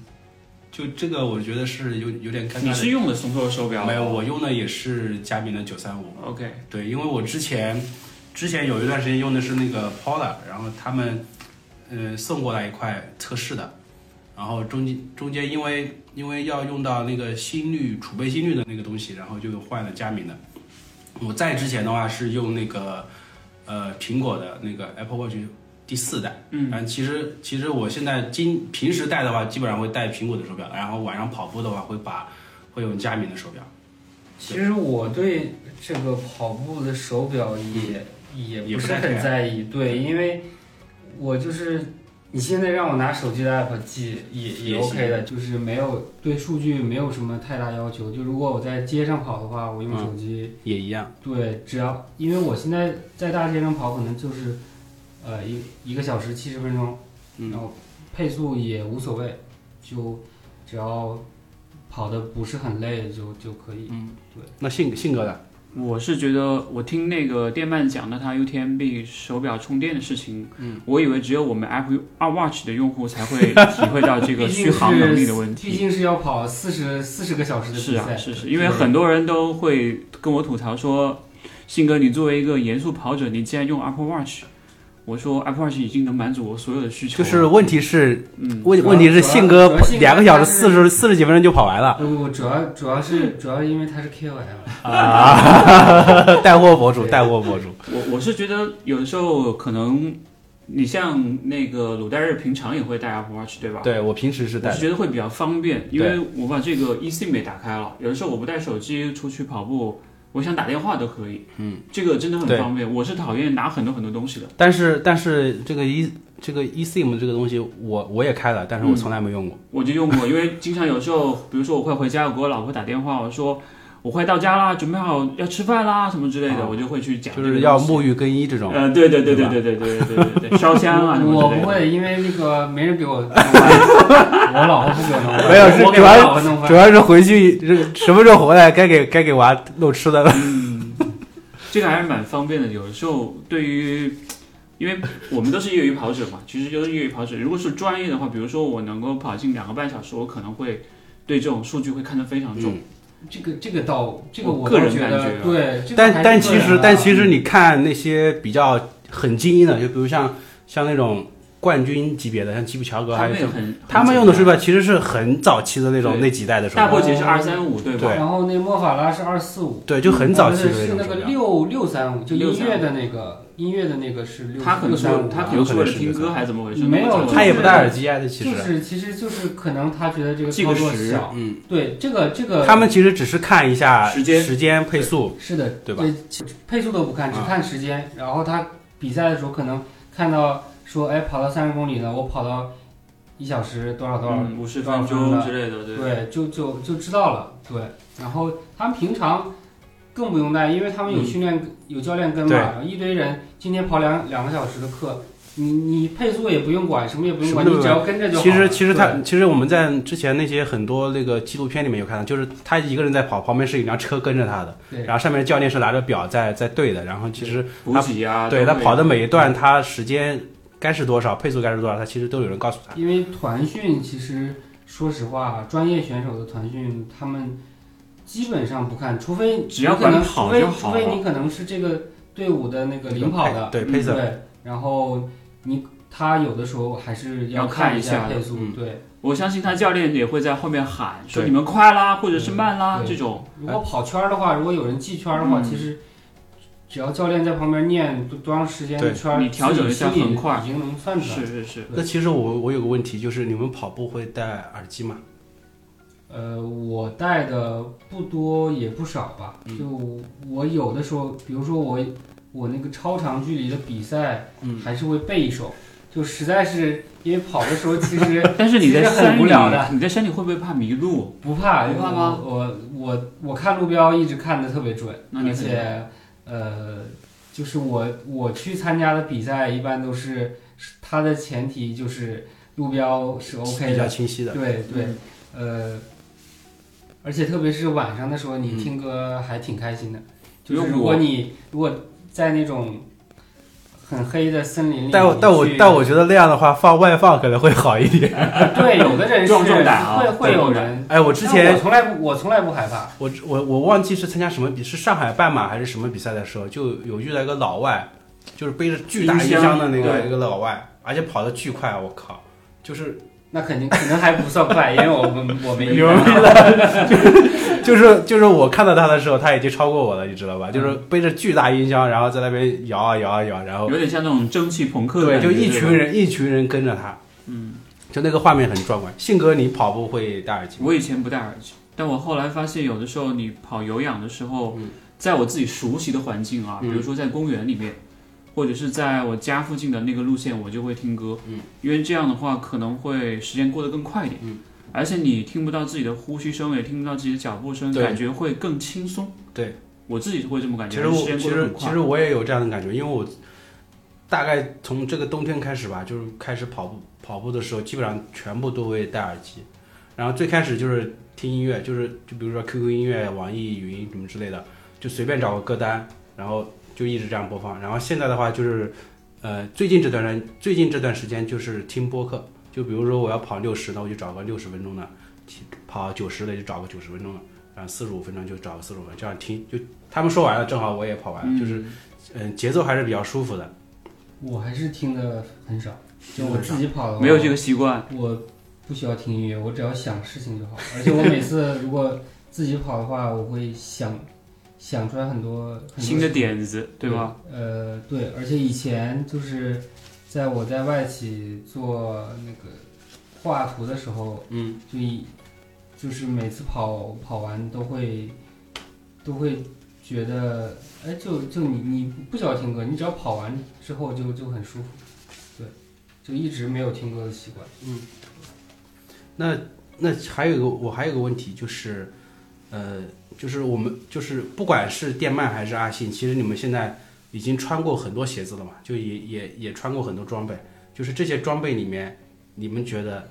S2: 就这个我觉得是有有点尴尬
S1: 你
S2: 的。
S1: 是用的松拓手表？
S2: 没有，我用的也是佳明的九三五。
S1: OK，
S2: 对，因为我之前之前有一段时间用的是那个 Polar，然后他们呃送过来一块测试的，然后中间中间因为因为要用到那个心率储备心率的那个东西，然后就换了佳明的。我在之前的话是用那个呃苹果的那个 Apple Watch 第四代，
S1: 嗯，
S2: 但其实其实我现在今平时戴的话，基本上会戴苹果的手表，然后晚上跑步的话会把会用佳明的手表。
S3: 其实我对这个跑步的手表也也
S2: 也
S3: 不
S2: 不
S3: 是
S2: 太
S3: 很
S2: 看
S3: 在意，对，因为我就是你现在让我拿手机的 app 记也
S2: 也行
S3: 也 OK 的，就是没有对数据没有什么太大要求。就如果我在街上跑的话，我用
S2: 嗯
S3: 手机，
S2: 也一样，
S3: 对，只要因为我现在在大街上跑，可能就是呃一一个小时七十分钟，
S2: 嗯
S3: 然后配速也无所谓，就只要跑的不是很累就就可以。
S2: 那性性格的，
S1: 我是觉得我听那个电鳗讲的他 UTMB 手表充电的事情，嗯，我以为只有我们 Apple Watch 的用户才会体会到这个
S3: 毕竟
S1: 续航能力
S3: 是
S1: 的问
S3: 毕
S1: 题。
S3: 竟是要跑四十四十个小时的
S1: 是
S3: 比
S1: 啊，
S3: 赛，
S1: 是是，因为很多人都会跟我吐槽说，信哥，你作为一个严肃跑者，你竟然用 Apple Watch。我说 Apple Watch 已经能满足我所有的需求
S2: 就
S1: 了，
S2: 是问题是
S1: 嗯，
S2: 问
S3: 主要
S2: 问题是
S3: 主要
S2: 信哥
S3: 主要信哥
S2: 两个小时
S3: 他是
S2: 四十四十几分钟就跑完了
S3: 不不不，呃主要主要是主要是因为他是 KOL，
S2: 啊！带货博主，
S3: 对
S2: 带货博主，
S1: 我我是觉得有的时候可能，你像那个鲁代日平常也会戴 Apple Watch 对吧？
S2: 对我平时是
S1: 我
S2: 带
S1: 是
S2: 的，
S1: 觉得会比较方便，因为
S2: 对
S1: 我把这个 eSIM 也打开了，有的时候我不带手机出去跑步，我想打电话都可以。嗯，这个真的很
S2: 对
S1: 方便。我是讨厌拿很多很多东西的。
S2: 但是但是这个一这个 eSIM 这个东西我我也开了，但是我从来没用
S3: 嗯
S2: 过。
S1: 我就用过，因为经常有时候，比如说我快回家，我给我老婆打电话，我说我快到家啦，准备好要吃饭啦什么之类的，
S2: 啊
S1: 我就会去讲这
S2: 就
S1: 个东西。
S2: 是要沐浴更衣这种，
S1: 呃，对对对对
S2: 对吧
S1: 对对对对对对，烧香啊什么
S3: 我
S1: 之类
S3: 不
S1: 的。
S3: 会，因为那个没人给我弄饭，我老婆不给我弄饭，
S2: 没有是
S3: 我给
S2: 主
S3: 我
S2: 要
S3: 老婆弄
S2: 主
S3: 饭。
S2: 要是回去这什么时候回来该给该给娃弄吃的了。
S1: 这个还是蛮方便的。有的时候对于，因为我们都是业余跑者嘛，其实就是业余跑者。如果是专业的话，比如说我能够跑进两个半小时，我可能会对这种数据会看得非常
S2: 嗯
S1: 重。
S3: 这个这个倒这个
S1: 我
S3: 我
S1: 个
S3: 倒
S1: 人
S3: 觉
S1: 感觉
S3: 得
S1: 啊
S3: 对，这个还
S2: 但
S3: 是
S2: 但
S3: 个
S2: 其
S3: 人
S2: 实
S3: 啊
S2: 但其实你看那些比较很精英的，就比如像像那种冠军级别的，像基普乔格
S1: 他
S2: 还有
S1: 们也
S2: 像
S1: 很，
S2: 他们用的手
S1: 吧？
S2: 表其实是很早期的那种
S1: 对
S2: 那几代的手
S1: 大
S2: 表，
S1: 破节是
S3: 哦
S1: 二三五，对吧？
S3: 然后那莫法拉是二四五，
S2: 对，就很早期的
S3: 是是
S2: 种
S3: 那
S2: 手
S3: 个
S2: 表。
S3: 六六三五，就音乐
S1: 635
S3: 的那个音乐的那个是六
S1: 他可能
S3: 六
S1: 是
S3: 三五，
S1: 他
S3: 啊
S1: 可能是为了听歌还是怎么回事？
S3: 没有
S2: 他也
S3: 就是
S2: 不戴耳机啊，这其
S3: 就
S2: 实。
S3: 是其实就是可能他觉得这个
S1: 计
S3: 操
S1: 个
S3: 作
S1: 时
S3: 小，
S2: 嗯，
S3: 对这个这个
S2: 他们其实只是看一下
S1: 时间
S2: 时间配速，
S3: 是的，
S2: 对吧？啊
S3: 配速都不看，只看时间。然后他比赛的时候可能看到说，哎，跑到三十公里了，我跑到一小时多少多少，
S1: 嗯，五十分钟之类的，对。
S3: 对，就就就知道了。对，然后他们平常更不用带，因为他们有训练、有教练跟
S2: 嗯
S3: 嘛，
S2: 对
S3: 然后一堆人今天跑两两个小时的课，你你配速也不用管，什么也不用管，
S2: 什么
S3: 你
S2: 都
S3: 只
S2: 不管
S3: 要跟着就好
S2: 其
S3: 了。
S2: 实其实
S3: 对
S2: 他其实我们在之前那些很多那个纪录片里面有看到，就是他一个人在跑，旁边是一辆车跟着他的，
S3: 对
S2: 然后上面的教练是拿着表在在对的，然后其实
S1: 补给啊，
S2: 对
S1: 都
S2: 他
S1: 会
S2: 跑的每一段他时间该是多少，配速该是多少，他其实都有人告诉他。
S1: 啊
S3: 因为团训其实说实话，专业选手的团训他们基本上不看，除非
S1: 只要
S3: 你可能
S1: 管跑
S3: 除非
S1: 就好了
S3: 除非你可能是这个队伍的那个领跑的，
S2: 对
S1: 嗯
S2: 配色，
S3: 对，然后你他有的时候还是
S1: 要看
S3: 看
S1: 一
S3: 下
S1: 下的
S3: 配速，
S2: 嗯
S3: 对，
S1: 我相信他教练也会在后面喊说
S2: 对
S1: 你们快啦，或者是慢啦
S3: 对
S1: 这种。
S3: 如果跑圈儿的话，如果有人记圈儿的话，
S1: 嗯
S3: 其实。只要教练在旁边念多多长时间的
S2: 对
S3: 圈儿，
S1: 你调整一下
S3: 自己心里
S1: 很快
S3: 已经能算出来。
S1: 是是是，
S2: 那其实我我有个问题，就是你们跑步会戴耳机吗？
S3: 呃，我带的不多也不少吧，
S1: 嗯
S3: 就我有的时候，比如说我我那个超长距离的比赛，
S2: 嗯
S3: 还是会备一首，就实在是因为跑的时候 其实
S1: 但是你在
S3: 其实很
S1: 山里
S3: 无聊的，
S1: 你在山里会不会怕迷路？
S3: 不怕，
S1: 不怕吗
S3: 我我我看路标一直看的特别准，
S1: 那你
S3: 而且呃，就是我我去参加的比赛一般都是它的前提就是路标是 OK
S2: 比
S3: 的
S2: 较，清晰的。
S3: 对对，
S1: 嗯
S3: 呃，而且特别是晚上的时候，你
S2: 嗯
S3: 听歌还挺开心的。
S1: 因
S3: 就
S1: 为
S3: 是如
S1: 我
S3: 果你如果在那种很黑的森林里，
S2: 但我但我
S3: 你去啊
S2: 但我觉得那样的话放外放可能会好一点。
S3: 对有的人 是
S1: 壮壮胆啊
S3: 会会有
S1: 壮壮胆
S3: 人。
S2: 哎，我之前
S3: 但我从来不我从来不害怕，
S2: 我我我忘记是参加什么比是上海半马还是什么比赛的时候，就有遇到一个老外，就是背着巨大
S1: 音
S2: 音
S1: 箱
S2: 箱的那个
S1: 对
S2: 一个老外，而且跑得巨快，啊我靠，就是
S3: 那肯定可能还不算快，因为我们我 没
S2: 你们
S3: 遇到
S2: 就是就是我看到他的时候，他已经超过我了，你知道吧？就是背着巨大音箱，然后在那边摇啊摇啊摇，然后
S1: 有点像那种蒸汽朋克的
S2: 对，
S1: 感觉，
S2: 就一
S1: 对吧
S2: 群。人一群人跟着他，
S1: 嗯，
S2: 就那个画面很壮观。信哥，你跑步会戴耳机吗？
S1: 我以前不戴耳机，但我后来发现，有的时候你跑有氧的时候，在我自己熟悉的环境啊，比
S2: 嗯
S1: 如说在公园里面，或者是在我家附近的那个路线，我就会听歌，
S2: 嗯，
S1: 因为这样的话可能会时间过得更快一点，
S2: 嗯，
S1: 而且你听不到自己的呼吸声，也听不到自己的脚步声，
S2: 对
S1: 感觉会更轻松。
S2: 对，
S1: 我自己会这么感觉，
S2: 其实我
S1: 而且时间
S2: 其
S1: 过得
S2: 实
S1: 很
S2: 其
S1: 快
S2: 实。我也有这样的感觉，因为我大概从这个冬天开始吧，就是开始跑步，跑步的时候基本上全部都会戴耳机，然后最开始就是听音乐，就是就比如说 QQ 音乐、网易云什么之类的，就随便找个歌单，然后就一直这样播放。然后现在的话就是，呃，最近这段时最近这段时间就是听播客，就比如说我要跑六十，那我就找个六十分钟的；跑九十的就找个九十分钟的。然后四十五分钟就找个四十五分钟，这样听就他们说完了，正好我也跑完了，
S1: 嗯
S2: 啊就是嗯，节奏还是比较舒服的。
S3: 我还是听的很少，就我自己跑
S2: 哦
S3: 的话
S1: 没有这个习惯，
S3: 我不需要听音乐，我只要想事情就好。而且我每次如果自己跑的话，我会想想出来很多很多
S1: 新的点子，对吧？？
S3: 呃，对，而且以前就是在我在外企做那个画图的时候，
S2: 嗯，
S3: 就一就是每次跑跑完都会都会觉得，哎，就就你你不需要听歌，你只要跑完之后就就很舒服，对，就一直没有听歌的习惯。
S2: 那那还有一个我还有一个问题就是，呃，就是我们就是不管是电鳗还是阿信，其实你们现在已经穿过很多鞋子了嘛，就也也也穿过很多装备，就是这些装备里面，你们觉得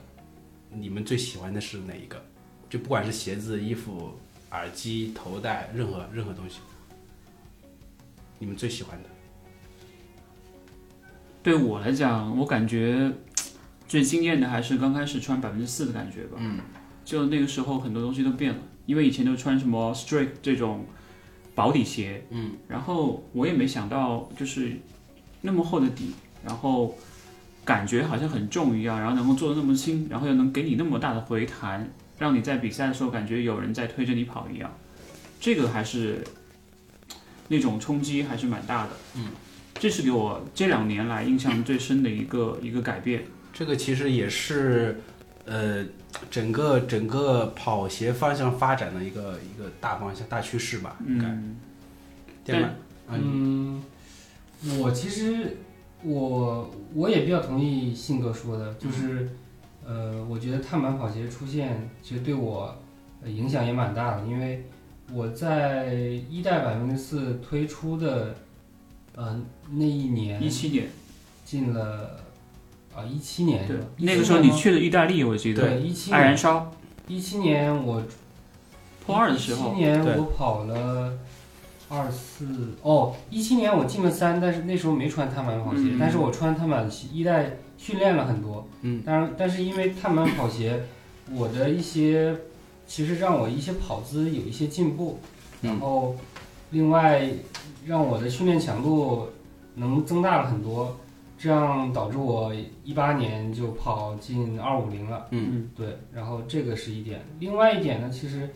S2: 你们最喜欢的是哪一个？就不管是鞋子、衣服、耳机、头戴，任何任何东西，你们最喜欢的？
S1: 对我来讲，我感觉最惊艳的还是刚开始穿百分之四的感觉吧。嗯，就那个时候很多东西都变了，因为以前都穿什么 Strike 这种薄底鞋，嗯，然后我也没想到就是那么厚的底，然后感觉好像很重一样，然后能够做的那么轻，然后又能给你那么大的回弹，让你在比赛的时候感觉有人在推着你跑一样，这个还是那种冲击还是蛮大的。这是给我这两年来印象最深的一个一个改变。
S2: 这个其实也是，呃，整个整个跑鞋方向发展的一个一个大方向、大趋势吧。应该，
S1: 嗯，
S2: 电鳗啊，你
S3: 嗯，我其实我我也比较同意信哥说的，
S1: 嗯
S3: 就是、呃，我觉得碳板跑鞋出现其实对我呃影响也蛮大的，因为我在一代百分之四推出的呃那一年
S1: 一七年，
S3: 进了啊一七年是
S1: 对
S3: 吧，？
S1: 那个时候你去了意大利，我记得，
S3: 对一七
S1: 爱燃
S3: 年
S1: 烧
S3: 一七年我
S1: 破二的时
S3: 一
S1: 候
S3: 七，年
S2: 对
S3: 我跑了二四哦，一七年我进了三，但是那时候没穿碳板跑鞋，
S1: 嗯
S3: 但是我穿碳板鞋一代训练了很多，
S2: 嗯，
S3: 当然但是因为碳板跑鞋，我的一些其实让我一些跑姿有一些进步，
S2: 嗯
S3: 然后另外让我的训练强度能增大了很多，这样导致我一八年就跑进二五零了。
S1: 嗯，
S3: 对，然后这个是一点，另外一点呢，其实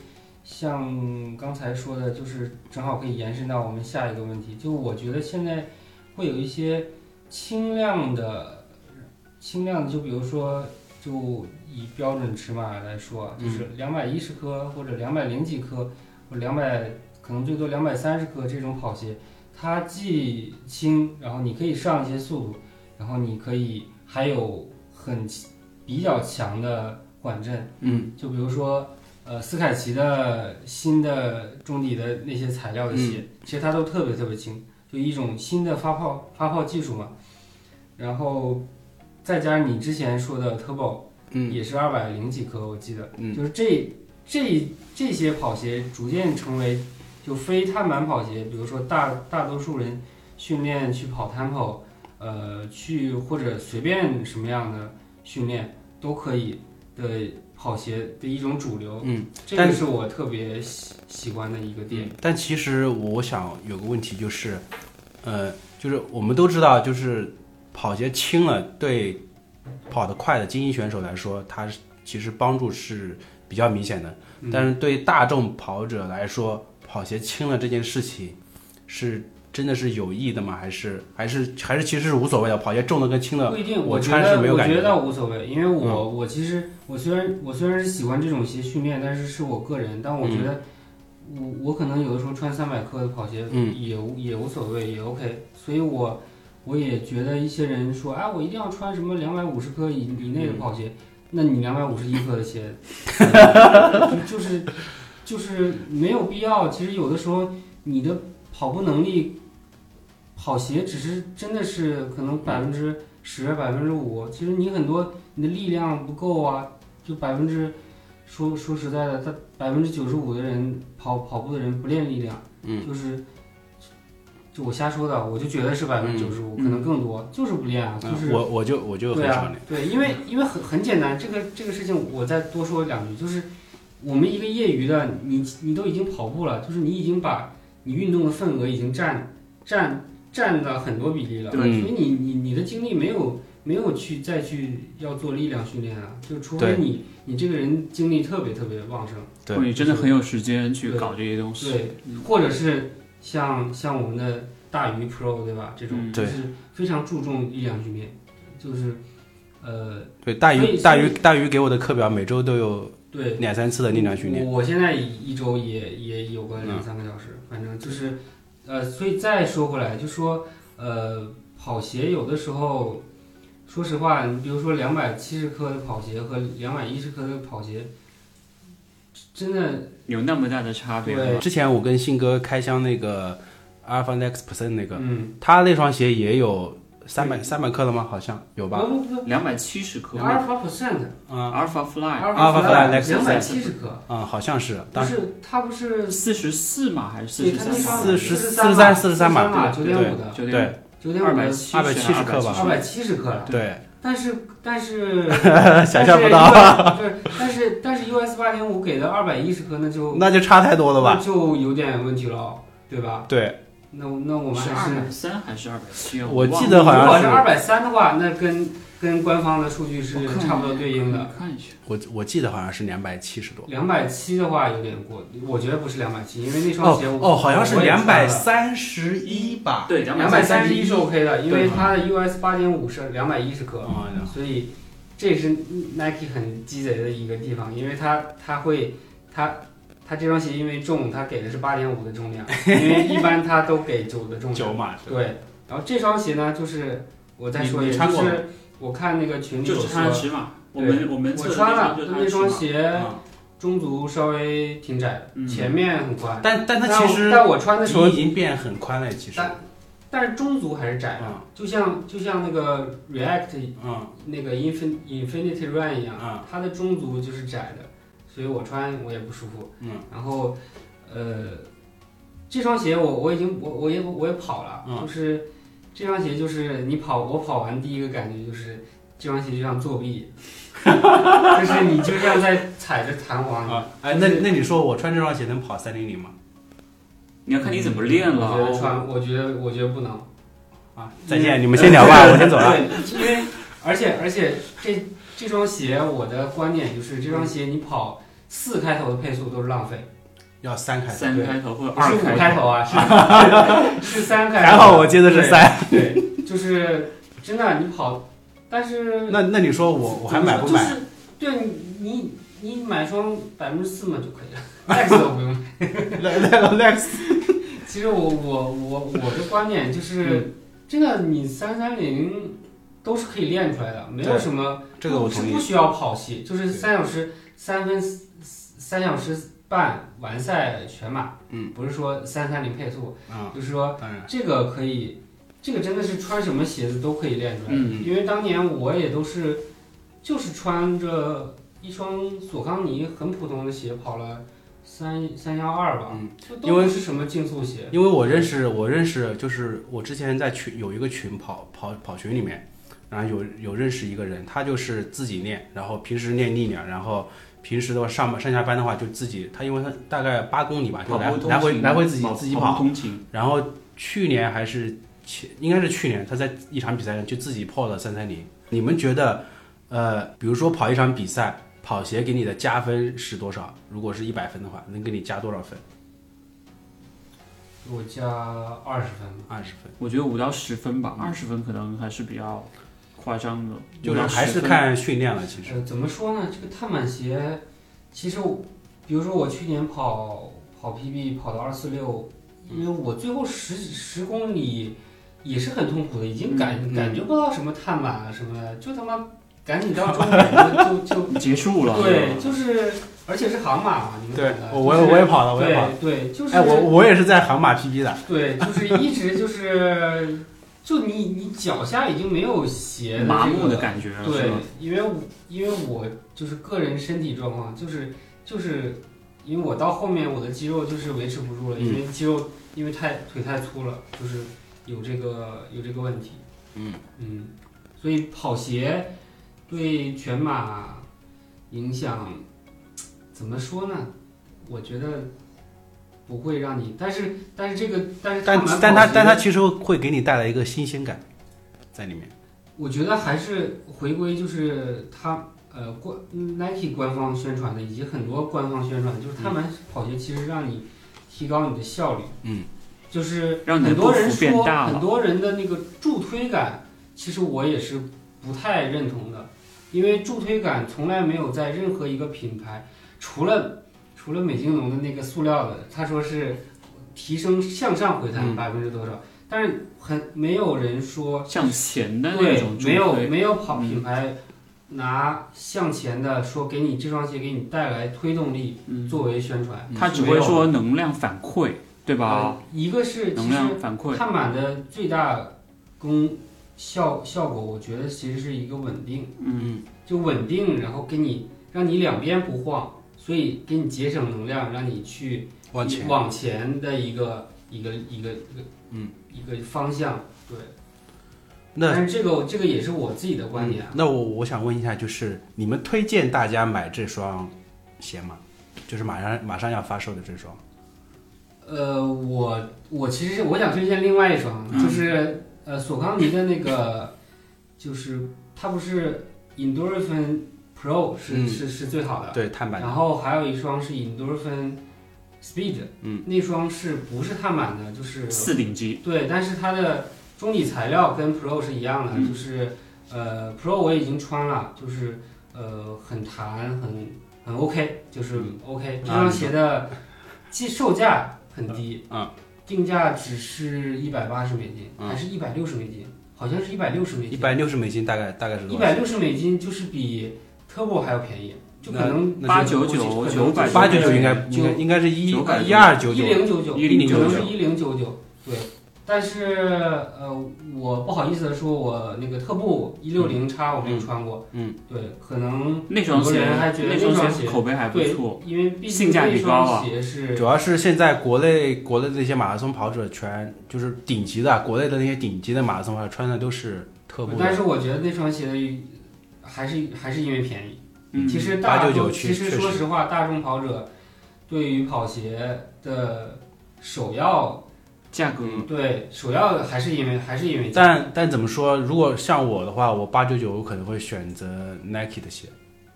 S3: 像刚才说的，就是正好可以延伸到我们下一个问题，就我觉得现在会有一些轻量的，轻量的，就比如说，就以标准尺码来说啊，就是两百一十克或者两百零几克，或两百可能最多两百三十克这种跑鞋，它既轻，然后你可以上一些速度，然后你可以还有很比较强的缓震，
S2: 嗯，
S3: 就比如说，呃，斯凯奇的新的中底的那些材料的鞋，其实它都特别特别轻，就一种新的发泡发泡技术嘛。然后再加上你之前说的 Turbo，
S2: 嗯
S3: 也是二百零几克，我记得，
S2: 嗯
S3: 就是这这这些跑鞋逐渐成为就非碳板跑鞋，比如说大大多数人训练去跑 Tempo，呃，去或者随便什么样的训练都可以的跑鞋的一种主流。
S2: 嗯，
S3: 这
S2: 但
S3: 个是我特别喜喜欢的一个点。
S2: 但其实我想有个问题就是，呃，就是我们都知道，就是跑鞋轻了，对跑得快的精英选手来说，它是其实帮助是比较明显的。
S3: 嗯
S2: 但是对于大众跑者来说，跑鞋轻了这件事情是。真的是有意的吗？还是还是还是其实是无所谓的？跑鞋重的跟轻的
S3: 不一定，
S2: 我
S3: 觉
S2: 穿
S3: 得
S2: 是没有感
S3: 我
S2: 觉
S3: 觉
S2: 的嗯
S3: 得无所谓，因为我、我其实我虽然我虽然是喜欢这种鞋训练，但是是我个人，但我
S2: 嗯
S3: 觉得我、我可能有的时候穿三百克的跑鞋
S2: 嗯
S3: 也无、也无所谓，也 OK，所以我我也觉得一些人说，哎，我一定要穿什么两百五十克以以内的跑鞋，那你两百五十一克的鞋，就就是就是没有必要。其实有的时候你的跑步能力跑鞋只是真的是可能百分之十、啊百分之五，其实你很多你的力量不够啊，就百分之说说实在的，他百分之九十五的人跑跑步的人不练力量，
S2: 嗯，
S3: 就是就我瞎说的，我就觉得是百分之九十五，
S1: 嗯
S3: 可能更多，就是不练啊，就
S2: 嗯
S3: 是、
S2: 我我就我就很
S3: 对
S2: 少
S3: 啊
S2: 练。，嗯
S3: 对，因为因为很很简单，这个这个事情我再多说两句，就是我们一个业余的，你你都已经跑步了，就是你已经把你运动的份额已经占占占了很多比例了，
S2: 对
S3: 所以你你你的精力没有没有去再去要做力量训练啊，就除非
S2: 对
S3: 你你这个人精力特别特别旺盛，
S2: 对
S1: 或者你真的很有时间去搞这些东西。
S3: 对，或者是像像我们的大鱼 Pro 对吧？这种
S1: 嗯
S3: 就
S2: 对
S3: 是非常注重力量训练，就是呃。
S2: 对大
S3: 所
S2: 鱼
S3: 以
S2: 大
S3: 所以
S2: 鱼大鱼给我的课表每周都有
S3: 对，
S2: 两三次的力量训练。嗯
S3: 我我现在一周也也有个两三个小时，反正就是，呃，所以再说回来，就说呃，跑鞋有的时候，说实话，你比如说两百七十克的跑鞋和两百一十克的跑鞋，真的
S1: 有那么大的差别
S3: 对
S1: 吗？
S2: 呃之前我跟信哥开箱那个 Alpha Next Percent 那个，
S3: 嗯，
S2: 他那双鞋也有三百三百克了吗？好像有吧。
S3: 不不
S1: 两百七十
S3: 不，
S1: 克，
S3: 阿尔法 percent，
S2: 嗯
S1: 阿尔法 Fly
S2: Alpha Fly Lexus
S3: 两百七十克，
S2: 嗯，好像是。
S3: 不
S2: 当时
S3: 是它不是
S1: 四十四嘛，还是四
S3: 对
S1: 十
S3: 它那
S1: 三
S3: 双
S1: 嘛？
S2: 四
S3: 十
S2: 十
S3: 三
S2: 四十
S3: 三
S2: 三嘛
S3: 九
S2: 对
S3: 点五的
S1: 九点
S2: 对
S3: 九点
S1: 二
S3: 五
S1: 百
S3: 的
S1: 七
S2: 270克吧
S3: 二百七十克了。
S2: 对，
S3: 但是但是
S2: 想象不到，啊
S3: 不是，但是但是 US 八零五给的二百一十颗，那就
S2: 那就差太多了吧？
S3: 那就有点问题了，对吧？
S2: 对，
S3: 那那我们
S1: 是
S3: 还
S1: 二
S3: 是，
S1: 百三还是二百七？
S2: 我
S1: 忘
S2: 记
S1: 了
S2: 得好
S3: 如果是二
S2: 像
S3: 百三的话，那跟跟官方的数据是
S1: 我看
S3: 差不多对应的。。
S1: 看一下，
S2: 我我记得好像是两百七十多。
S3: 两百七的话有点过，我觉得不是两百七，因为那双
S2: 哦
S3: 鞋我
S2: 哦，好像是两百
S3: 三，
S2: 三十一吧？
S1: 对，
S3: 两
S1: 百
S3: 百三十一
S1: 一
S3: 是 OK 的，因为
S1: 对
S3: 它的 US 八点五是两百一十克。啊
S2: 嗯，
S3: 所以这也是 Nike 很鸡贼的一个地方，因为它它会它它这双鞋因为重，它给的是八点五的重量，因为一般它都给九的重
S2: 九
S3: 量。
S2: 嘛。
S3: 对，然后这双鞋呢，就是我再说一
S2: 你你穿
S3: 遍，就
S2: 过吗
S3: 是我看那个群里有
S1: 就是它的
S3: 说，
S1: 尺码。我
S3: 对
S1: 们我们测
S3: 我
S1: 的
S3: 穿了
S1: 就是它的
S3: 那
S1: 尺
S3: 双
S1: 码，
S3: 鞋，
S2: 嗯
S3: 中足稍微挺窄的，
S1: 嗯
S3: 前面很宽，
S2: 但但它
S3: 我
S2: 其实
S3: 但我穿的时候
S2: 你已，经变很宽了，其实。啊
S3: 但但是中足还是窄的，
S2: 嗯
S3: 就像就像那个 React
S2: 嗯
S3: 那个 Infin Infinity Run 一样。
S2: 嗯
S3: 它的中足就是窄的，所以我穿我也不舒服。
S2: 嗯，
S3: 然后，呃，这双鞋我我已经我我也我也跑了，
S2: 嗯
S3: 就是这双鞋就是你跑我跑完第一个感觉就是这双鞋就像作 弊，就是你就像在踩着弹簧一样。
S2: 啊，哎，那那你说我穿这双鞋能跑三零零吗？
S1: 你要看你怎么练了
S3: 我觉
S1: 哦。
S3: 得嗯穿，我觉得我觉得不能。
S2: 啊，再见，你们先聊吧，我先走了。
S3: 嗯对，因为而且而且这这双鞋我的观点就是这双鞋你跑四开头的配速都是浪费。
S2: 要三开头，
S1: 三开头或者
S3: 不是
S1: 二
S3: 五
S1: 开
S3: 开头啊，是是三开头。
S2: 还好我接的是三。
S3: 对，对，就是真的你跑，但是
S2: 那那你说我我还买不
S3: 就
S2: 买？
S3: 是、对你你你买双百分之四嘛就可以了，Max 都不用。
S2: 那那那
S3: 其实我我我我的观
S2: 嗯
S3: 点就是，真的你三三零都是可以练出来的，没有
S2: 对
S3: 什么
S2: 这个我同
S3: 嗯是
S2: 意
S3: 不。需要跑鞋，就是
S2: 对
S3: 三小时三分三小时半完赛全马，
S2: 嗯，
S3: 不是说三三零配速，
S2: 嗯，
S3: 就是说。
S2: 当然，
S3: 这个可以，这个真的是穿什么鞋子都可以练出来。
S1: 嗯
S3: 因为当年我也都是，就是穿着一双索康尼很普通的鞋跑了三三幺二吧，
S2: 嗯
S3: 就都
S2: 因为
S3: 不是什么竞速鞋，
S2: 因为我认识，我认识，就是我之前在群有一个群跑跑跑群里面，然后有有认识一个人，他就是自己练，然后平时练力量，然后平时的话上班上下班的话就自己，他因为他大概八公里吧，就来
S1: 跑步通
S2: 来回
S1: 勤
S2: 来回自己自己
S1: 跑步
S2: 跑，
S1: 通勤，
S2: 然后去年还是前应该是去年，他在一场比赛上就自己破了三三零。你们觉得，呃，比如说跑一场比赛，跑鞋给你的加分是多少？如果是一百分的话，能给你加多少分？
S3: 我加二十分吧。
S2: 二十分。
S1: 我觉得五到十分吧，二十分可能还是比较夸张的，
S2: 就是
S1: 5到
S2: 还
S1: 10
S2: 是
S1: 分
S2: 看训练了，其实。
S3: 呃，怎么说呢？这个碳板鞋，其实我比如说我去年跑跑 PB 跑到二四六，因为我最后十十公里也是很痛苦的，已经感、
S1: 嗯嗯
S3: 感觉不到什么碳板啊什么的，就他妈赶紧到终点就就
S1: 结束了，
S3: 就对，就是而且是航马嘛，你们
S2: 对
S3: 懂，的
S2: 我我也我也跑了，我也跑了。
S3: 对对，就是
S2: 哎，我我也是在杭马 PB 的。
S3: 对，就是一直就是，就你你脚下已经没有鞋的、这个、
S1: 麻木的感觉，是
S3: 对
S1: 吧？，
S3: 因为我因为我就是个人身体状况，就是就是因为我到后面我的肌肉就是维持不住了，
S2: 嗯
S3: 因为肌肉因为太腿太粗了，就是有这个有这个问题。
S2: 嗯
S3: 嗯，所以跑鞋对全马影响怎么说呢？我觉得不会让你，但是但是这个但是
S2: 但
S3: 踏板
S2: 但
S3: 跑
S2: 它
S3: 鞋
S2: 但它其实会给你带来一个新鲜感，在里面。
S3: 我觉得还是回归就是他呃官 Nike 官方宣传的，以及很多官方宣传，就是他们跑鞋其实让你提高你的效率，
S2: 嗯，
S3: 就是
S1: 让你的
S3: 很多人
S1: 步幅变
S3: 说
S1: 大了
S3: 很多人的那个助推感，其实我也是不太认同的，因为助推感从来没有在任何一个品牌，除了除了美津浓的那个塑料的，他说是提升向上回弹
S2: 嗯
S3: 百分之多少，但是很没有人说
S1: 向前的那
S3: 对
S1: 种，
S3: 没有
S1: 助推
S3: 没有跑
S1: 嗯
S3: 品牌拿向前的说给你这双鞋给你带来推动力
S1: 嗯，
S3: 作为宣传，
S1: 他只
S3: 没
S1: 会
S3: 有
S1: 说能量反馈，对吧？
S3: 呃一个是
S1: 能
S3: 其实
S1: 量反馈，
S3: 碳板的最大功效效果，我觉得其实是一个稳定，
S2: 嗯，
S3: 就稳定，然后给你让你两边不晃，所以给你节省能量，让你去
S2: 往前。
S3: 往前的一个一个一个一个
S2: 嗯
S3: 一个方向，对。
S2: 那
S3: 但是这个这个也是我自己的观点啊。
S2: 嗯那我我想问一下，就是你们推荐大家买这双鞋吗？就是马上马上要发售的这双。
S3: 呃，我我其实我想推荐另外一双，
S2: 嗯
S3: 就是呃索康尼的那个，就是它不是 Endorphin Pro 是、
S2: 嗯
S3: 是是最好的，
S2: 对，碳板。
S3: 啊然后还有一双是 Endorphin Speed，
S2: 嗯，
S3: 那双是不是碳板的？就是
S1: 四顶级，
S3: 对，但是它的中底材料跟 Pro 是一样的，
S1: 嗯
S3: 就是呃 Pro 我已经穿了，就是呃很弹，很很 OK，就是
S2: 嗯
S3: OK、
S2: 啊
S3: 这双鞋的既售价很低，
S2: 嗯
S3: 定价只是一百八十美金，
S2: 嗯
S3: 还是一百六十美金？好像是一百六十美
S2: 一
S3: 金，
S2: 百六十美金大概大概是
S3: 一
S2: 多少
S3: 百？六十美金就是比 Turbo 还要便宜，就可能
S2: 那
S1: 八
S2: 那
S1: 九
S3: 我记
S1: 九
S3: 可能
S1: 九百
S3: 就
S2: 八九九应该应该
S3: 就
S2: 应该是一
S1: 900
S2: 一二九
S3: 一
S2: 九。
S3: 零九九，
S1: 1099
S3: 可能是一零九九，对。但是呃，我不好意思的说，我那个特步一六零叉我没有穿过，
S2: 嗯，
S3: 对，可能
S1: 那双
S3: 很
S1: 鞋
S3: 多人还觉得
S1: 那
S3: 那
S1: 双
S3: 双
S1: 鞋
S3: 鞋
S1: 口碑还不
S3: 对
S1: 错，，
S3: 因为毕竟
S1: 性价
S3: 那
S1: 比高啊
S3: 双鞋是
S2: 主要是现在国内国内的一些马拉松跑者全就是顶级的，啊国内的那些顶级的马拉松跑者穿的都是特步的。
S3: 但是我觉得那双鞋的还是还是因为便宜。
S1: 嗯，
S3: 其实大众，
S2: 899
S3: 其实
S2: 确实
S3: 说实话，大众跑者对于跑鞋的首要
S1: 嗯价格
S3: 对首要还是因为还是因为价格
S2: 但但怎么说？如果像我的话，我八九九我可能会选择 Nike 的鞋。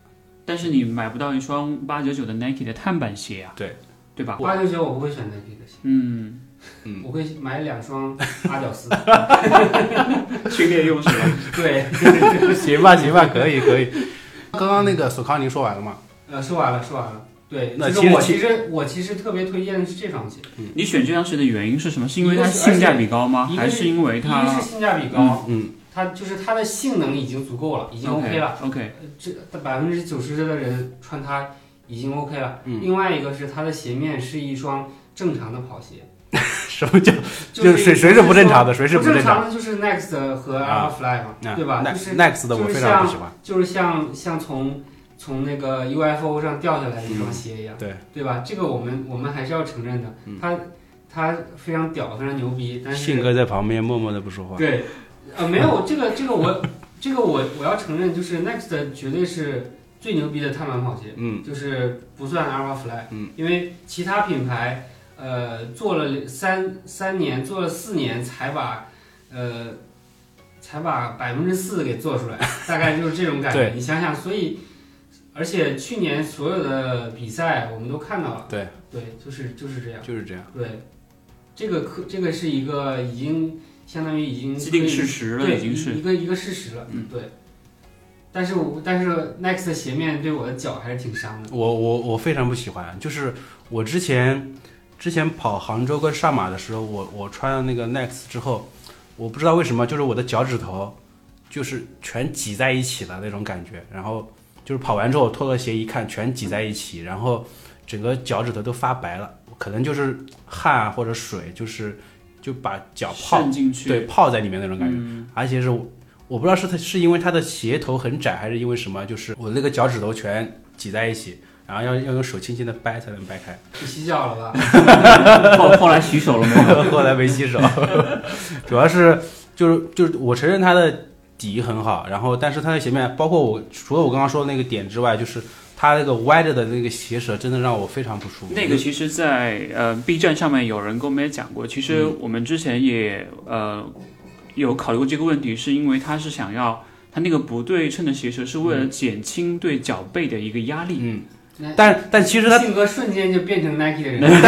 S1: 但是你买不到一双八九九的 Nike 的碳板鞋啊，
S2: 对
S1: 对吧？
S3: 八九九我不会选择这个鞋，
S1: 嗯，
S2: 嗯
S3: 我会买两双阿屌丝。
S1: 训练用是 吧？
S3: 对，
S2: 行吧，行吧，可以可以。刚刚那个索康尼说完了嘛？
S3: 呃，说完了，说完了。对，
S2: 那
S3: 就
S2: 其实
S3: 是我其实我其实特别推荐的是这双鞋，
S1: 你选这双鞋的原因是什么？是因为
S3: 一个
S1: 它
S3: 是
S1: 性价比高吗？
S3: 一个
S1: 还是因为
S3: 一个
S1: 它
S3: 是性价比高，
S2: 嗯，
S3: 它就是它的性能已经足够了，已经 OK 了，
S1: ？OK，
S3: 这百分之九十的人穿它已经 OK 了。
S2: 嗯
S3: 另外一个是它的鞋面是一双正常的跑鞋，
S2: 什么叫
S3: 就是
S2: 谁谁是不正常的，谁
S3: 不
S2: 是不
S3: 正
S2: 常
S3: 常的就是 Next 和
S2: 啊
S3: Alpha Fly 嘛，
S2: 啊
S3: 对吧？
S2: ？Nex
S3: 就是
S2: Nex 的我
S3: 就是
S2: 非常
S3: 像
S2: 不喜欢。
S3: 就是像像从从那个 UFO 上掉下来的一双鞋一样，
S2: 对
S3: 对吧？这个我们我们还是要承认的，他他非常屌，非常牛逼，但
S2: 信
S3: 是
S2: 哥在旁边默默的不说话。
S3: 对，呃，没有这个这个我这个我我要承认，就是 Next 绝对是最牛逼的碳板跑鞋，
S2: 嗯，
S3: 就是不算 Alpha Fly，
S2: 嗯，
S3: 因为其他品牌呃做了三三年，做了四年才把呃才把百分之四给做出来，大概就是这种感觉。
S2: 对
S3: 你想想，所以而且去年所有的比赛我们都看到了，
S2: 对
S3: 对，就是就是这样，
S2: 就是这样。
S3: 对，这个可这个是一个已经相当于已经
S1: 既定
S3: 可以
S1: 事实了，
S3: 对，
S1: 已经是
S3: 一个一个事实了，
S1: 嗯
S3: 对。但是我但是 Next 的鞋面对我的脚还是挺伤的。
S2: 我我我非常不喜欢，就是我之前之前跑杭州跟上马的时候，我我穿了那个 Next 之后，我不知道为什么，就是我的脚趾头就是全挤在一起了那种感觉，然后就是跑完之后脱了鞋一看，全挤在一起，然后整个脚趾头都发白了，可能就是汗啊或者水，就是就把脚泡
S1: 渗进去，
S2: 对泡在里面那种感觉。
S1: 嗯，
S2: 而且是我我不知道是它是因为它的鞋头很窄，还是因为什么，就是我那个脚趾头全挤在一起，然后要要用手轻轻的掰才能掰 开。
S3: 你洗脚了 吧？
S4: 后后来洗手了没有？
S2: 后来没洗手， 主要是就是就是我承认它的底很好，然后但是它的鞋面，包括我除了我刚刚说的那个点之外，就是它那个歪着的那个鞋舌，真的让我非常不舒服。
S1: 那个其实在，呃 B 站上面有人跟我们也讲过，其实我们之前也呃有考虑过这个问题，是因为他是想要他那个不对称的鞋舌是为了减轻对脚背的一个压力，
S2: 嗯
S3: 那，
S2: 但但其实 它
S3: 性格瞬间就变成 Nike 的人，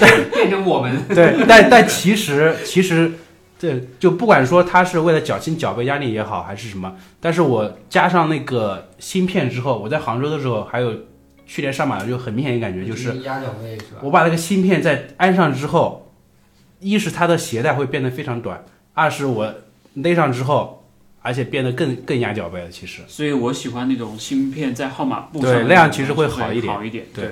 S2: 但
S3: 变成我们。
S2: 对，但但其实其实，这就不管说他是为了减轻脚背压力也好，还是什么，但是我加上那个芯片之后，我在杭州的时候，还有去年上马就很明显的感觉就是，
S3: 压脚位是吧？
S2: 我把那个芯片在安上之后，一是它的鞋带会变得非常短，二是我勒上之后，而且变得更更压脚背了。其实
S1: 所以我喜欢那种芯片在号码布上
S2: 对
S1: 的
S2: 那样其实会好一点
S1: 好一点，
S2: 对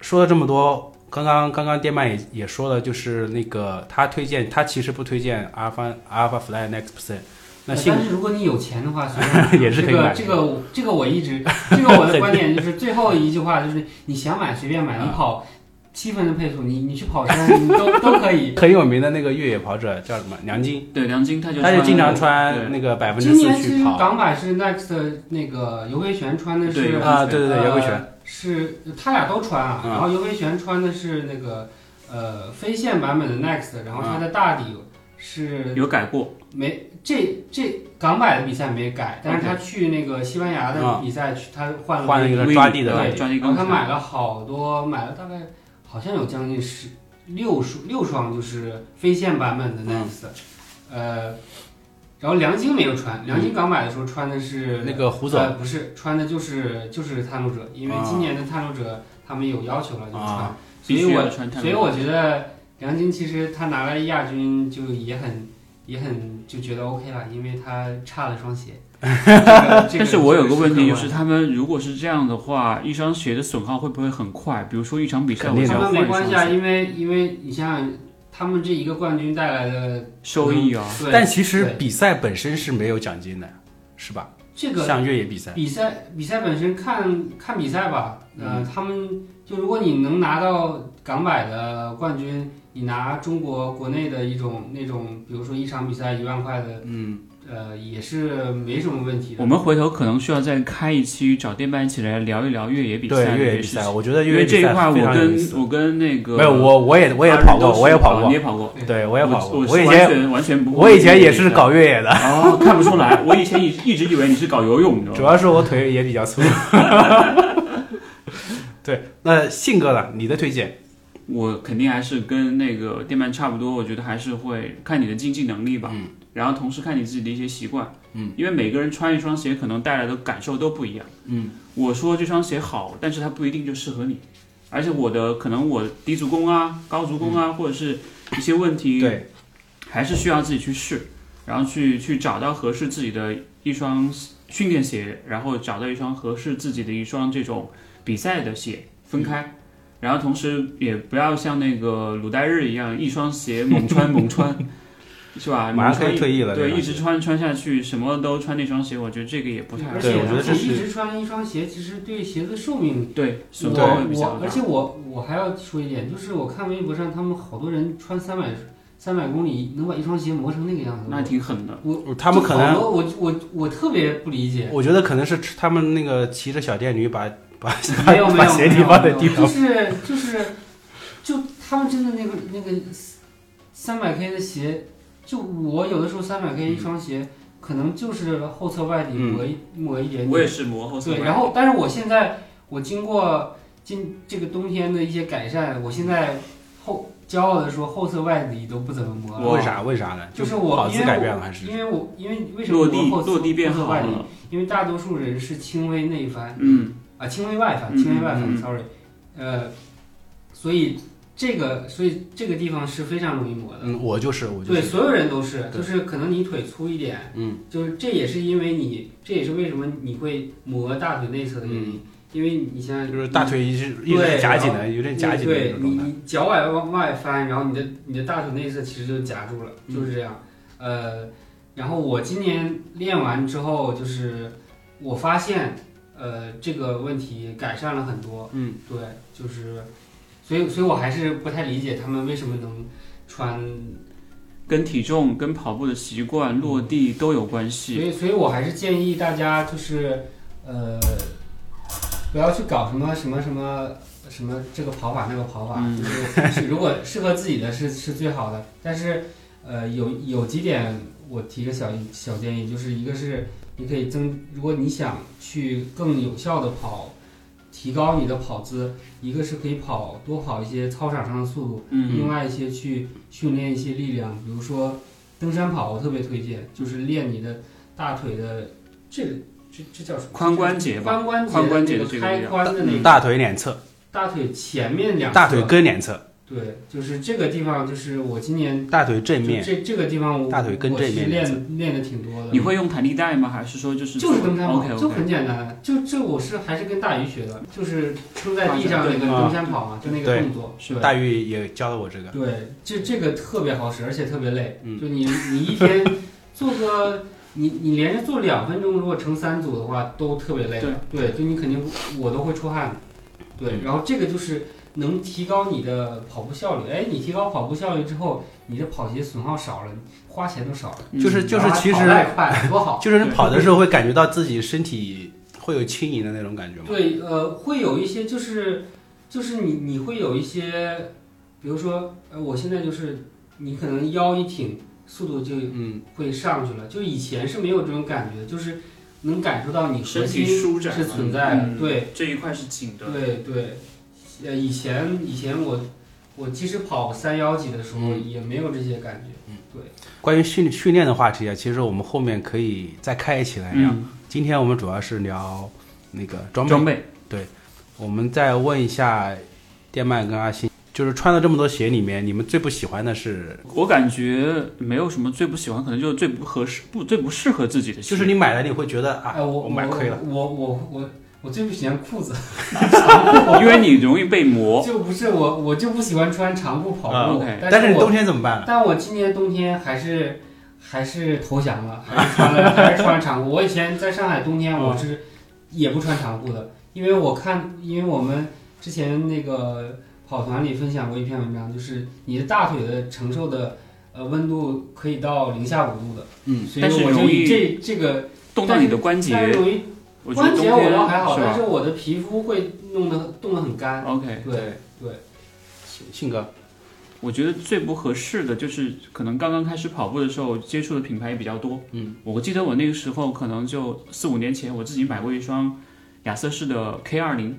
S2: 说了这么多。刚刚刚刚电鳗也也说了，就是那个他推荐，他其实不推荐 Alpha Alpha Fly Next Percent。那信
S3: 但是如果你有钱的话，随 便
S2: 也是可以买的
S3: 这个这个这个我 一直，这个我的观点就是最后一句话就是你想买随便买，
S2: 啊
S3: 你跑七分的配速，你你去跑山你都都可以。
S2: 很有名的那个越野跑者叫什么梁晶，
S1: 对，梁晶他就
S2: 他就经常
S1: 对
S2: 穿那个百分之
S3: 今
S2: 四
S3: 年其
S2: 去
S3: 实
S2: 跑
S3: 港版是 Next 的那个尤维全穿的
S1: 对
S3: 是
S2: 啊，对对对，
S3: 呃
S2: 姚贵全，
S3: 是他俩都穿啊，
S2: 嗯
S3: 然后尤维全穿的是那个呃飞线版本的 Next，然后他的
S2: 嗯
S3: 大底是
S1: 有改过，
S3: 没这这港百的比赛没改，但是他去那个西班牙的
S2: 嗯
S3: 比赛去，他换了
S2: 换了一
S3: 个，
S2: 个抓地的
S3: 对
S2: 感
S1: 对，
S2: 觉，
S1: 抓地
S3: 然后
S1: 钢
S3: 哦他买
S1: 材，
S3: 了好多，买了大概好像有将近十六双六双就是飞线版本
S2: 嗯
S3: 的 Next，呃，然后梁晶没有穿，梁晶港百的时候穿的是
S2: 嗯那个胡
S3: 呃
S2: 总，
S3: 不是穿的就是就是探路者，因为
S2: 啊
S3: 今年的探路者他们有要求了，就穿，
S2: 啊
S1: 必
S3: 所以
S1: 须要
S3: 我
S1: 穿碳
S3: 所以我觉得梁晶其实他拿了亚军就也很也很就觉得 OK 了，因为他差了双 鞋。这个这
S1: 但是我有个问题就是，
S3: 客
S1: 他们如果是这样的话，一双鞋的损耗会不会很快？比如说一场比赛，
S2: 肯
S1: 我
S2: 定
S1: 只
S2: 的
S1: 要
S3: 观他
S1: 换
S3: 们没
S1: 一
S3: 关
S1: 双
S3: 系啊，
S1: 鞋，
S3: 因为因为你想想他们这一个冠军带来的
S1: 收益啊，
S3: 对，
S2: 但其实
S3: 对
S2: 比赛本身是没有奖金的，是吧？
S3: 这个
S2: 像越野比赛，
S3: 比赛比赛本身看看比赛吧，
S2: 嗯
S3: 呃，他们就如果你能拿到港百的冠军，你拿中国国内的一种那种，比如说一场比赛一万块的，
S2: 嗯，
S3: 呃，也是没什么问题的。
S1: 我们回头可能需要再开一期，找电鳗一起来聊一聊越野比赛
S2: 对
S1: 这
S2: 越
S1: 件
S2: 野比
S1: 事
S2: 赛，
S1: 情，
S2: 我觉得
S1: 因
S2: 越
S1: 为
S2: 野
S1: 这
S2: 比
S1: 一
S2: 赛
S1: 块
S2: 非
S1: 我
S2: 常有意思
S1: 跟。我跟那个
S2: 没有我，我也我也跑过，我也跑
S1: 啊你
S2: 过
S1: 也，跑过，
S2: 对我也跑过，
S1: 我
S2: 以
S1: 是完
S2: 前
S1: 全完全不会
S2: 我以前也
S1: 越野
S2: 是
S1: 的
S2: 搞越野的，
S1: 哦，看不出来，我以前一一直以为你是搞游泳的，
S2: 主要是我腿也比较粗。 对，那信哥呢？你的推荐？
S1: 我肯定还是跟那个电鳗差不多，我觉得还是会看你的经济能力吧，嗯，然后同时看你自己的一些习惯，嗯，因为每个人穿一双鞋可能带来的感受都不一样，嗯，我说这双鞋好，但是它不一定就适合你，而且我的可能我低足弓啊、高足弓啊，或者是一些问题，
S2: 对，
S1: 还是需要自己去试，然后去去找到合适自己的一双训练鞋，然后找到一双合适自己的一双这种比赛的鞋，
S2: 嗯
S1: 分开。然后同时也不要像那个鲁代日一样一双鞋猛穿猛穿， 是吧？
S2: 马上可以
S1: 啊你穿一
S2: 退役了这
S1: 对，
S2: 双
S1: 一
S2: 鞋
S1: 直穿穿下去，什么都穿那双鞋，我觉得这个也不太
S3: 而
S2: 对
S3: 且
S2: 我觉得这
S3: 而
S2: 是
S3: 且一直穿一双鞋，其实对鞋子寿命
S1: 对损耗会
S3: 我
S1: 比较
S3: 我，
S1: 大
S3: 而。且我我还要说一点，就是我看微博上他们好多人穿三百三百公里能把一双鞋磨成那个样子，
S1: 那挺狠的，
S2: 嗯他们可
S3: 就好
S2: 能，
S3: 多我我我特别不理解，
S2: 我觉得可能是他们那个骑着小电驴把把
S3: 没有
S2: 把
S3: 没有
S2: 把鞋底放在地
S3: 就
S2: 上，
S3: 是就是就他们真的那个那个三百 K 的鞋，就我有的时候三百 K 一双鞋，可能就是后侧外底
S2: 嗯
S3: 磨一磨一点点，
S1: 我也是磨后侧
S3: 对，
S1: 弯
S3: 然后但是我现在我经过今这个冬天的一些改善，我现在后骄傲的说后侧外底都不怎么磨
S1: 我
S3: 了，
S2: 为啥为啥呢？
S3: 就是
S2: 跑
S3: 我因
S2: 姿
S3: 为
S2: 改
S3: 我
S2: 变了还是？
S3: 因为我因为为什么
S1: 落
S3: 我
S1: 地
S3: 后侧
S1: 落地变
S3: 后侧
S1: 好
S3: 外底？
S1: 了，
S3: 因为大多数人是轻微内翻
S1: 嗯，
S3: 啊，轻微外翻，
S1: 嗯
S3: 轻微外翻、
S1: 嗯嗯
S3: s o r r y 呃，所以这个所以这个地方是非常容易磨的。
S2: 嗯，我就是我就
S3: 对，
S2: 是，
S3: 所有人都是，
S2: 对
S3: 就是可能你腿粗一点，
S2: 嗯，
S3: 就是这也是因为你，这也是为什么你会磨大腿内侧的原因，因为你现在
S2: 嗯就是大腿一直一直
S3: 对
S2: 是夹
S3: 然后
S2: 紧的，有点
S3: 你
S2: 夹紧的那
S3: 对
S2: 种
S3: 你
S2: 状态。
S3: 你脚崴往外翻，然后你的你的大腿内侧其实就夹住了，
S1: 嗯
S3: 就是这样。呃，然后我今年练完之后，就是我发现，呃，这个问题改善了很多。
S2: 嗯，
S3: 对，就是，所以所以我还是不太理解他们为什么能穿
S1: 跟体重、跟跑步的习惯、落地都有关
S3: 嗯所
S1: 系。
S3: 以，所以我还是建议大家就是，呃，不要去搞什么什么什么什么这个跑法那个跑法，
S1: 嗯
S3: 就是是如果适合自己的是是最好的。但是，呃，有有几点我提个小小建议，就是一个是你可以增，如果你想去更有效的跑，提高你的跑姿，一个是可以跑多跑一些操场上的速度，
S1: 嗯，
S3: 另外一些去训练一些力量，比如说登山跑，我特别推荐，就是练你的大腿的这个这这叫什么？
S1: 髋关节吧，
S3: 髋关节
S1: 髋关节的
S3: 的
S1: 这
S3: 那
S1: 个
S3: 个
S1: 力
S3: 开
S1: 量嗯
S3: 髋的那个
S2: 大腿两侧，
S3: 大腿前面两侧
S2: 大腿根两侧，
S3: 对，就是这个地方，就是我今年
S2: 大腿
S3: 就
S2: 正面，
S3: 这这个地方我
S2: 大腿根
S3: 我
S2: 这
S3: 是
S2: 边
S3: 练练的挺多的。
S1: 嗯你会用弹力带吗？还是说就是
S3: 就是登山跑
S1: OK
S3: 就
S1: OK，
S3: 很简单，就这我是还是跟大鱼学的，就是撑在地上那个
S2: 啊
S3: 登山跑嘛，就那
S2: 对
S3: 个动作，是吧？
S2: 大玉也教了我这个。
S3: 对，这这个特别好使，而且特别累。
S2: 嗯
S3: 就你你一天做个，你你连着做两分钟，如果乘三组的话，都特别累了。对，就你肯定我都会出汗的。
S2: 嗯
S3: 对，然后这个就是能提高你的跑步效率。哎，你提高跑步效率之后，你的跑鞋损耗少了，花钱都少了，
S1: 嗯
S2: 就是就
S3: 然后还
S2: 其
S3: 跑
S2: 实
S3: 得还快，多好。
S2: 就是你跑的时候会感觉到自己身体会有轻盈的那种感觉吗？
S3: 对，呃，会有一些就是就是你你会有一些，比如说，呃，我现在就是你可能腰一挺，速度就
S2: 嗯，
S3: 会上去了。就以前是没有这种感觉，就是能感受到你核
S1: 身体
S3: 心
S1: 舒展
S3: 是存在的。
S1: 嗯
S3: 对
S1: 这一块是紧的，
S3: 对对，呃，以前以前我我即使跑三幺几的时候
S2: 嗯
S3: 也没有这些感觉。
S2: 关于训训练的话题啊，其实我们后面可以再开一期来聊。
S1: 嗯，
S2: 今天我们主要是聊那个装备，
S1: 装备
S2: 我们再问一下电鳗跟阿星，就是穿了这么多鞋里面，你们最不喜欢的是？
S1: 我感觉没有什么最不喜欢，可能就是最不合适、不最不适合自己的鞋，
S2: 就是你买了你会觉得
S3: 哎、
S2: 啊，
S3: 我
S2: 买亏了。。
S3: 我我我我我最不喜欢裤子，
S1: 因为你容易被磨。
S3: 就不是我我就不喜欢穿长裤跑
S2: 哦啊
S3: 步。
S1: ，OK
S2: 但是你
S3: 我
S2: 冬天怎么办？啊
S3: 但我今年冬天还是还是投降了，还是穿了还是穿了长裤。我以前在上海冬天我是也不穿长裤的，因为我看，因为我们之前那个跑团里分享过一篇文章，就是你的大腿的承受的呃温度可以到零下五度的，
S2: 嗯，
S3: 所
S1: 但是
S3: 以我就
S1: 容易
S3: 以这这个
S1: 动到你的关
S3: 但是
S1: 节，
S3: 容易
S1: 我觉得
S3: 关
S1: 冬
S3: 节
S1: 天
S3: 我倒还好，
S1: 是
S3: 但是
S1: 吧
S3: 我的皮肤会弄得冻得很干。
S1: ？OK，
S3: 对对，
S2: 信信哥，
S1: 我觉得最不合适的就是可能刚刚开始跑步的时候接触的品牌也比较多。
S2: 嗯，
S1: 我记得我那个时候可能就四五年前，我自己买过一双亚瑟士的 K 二零，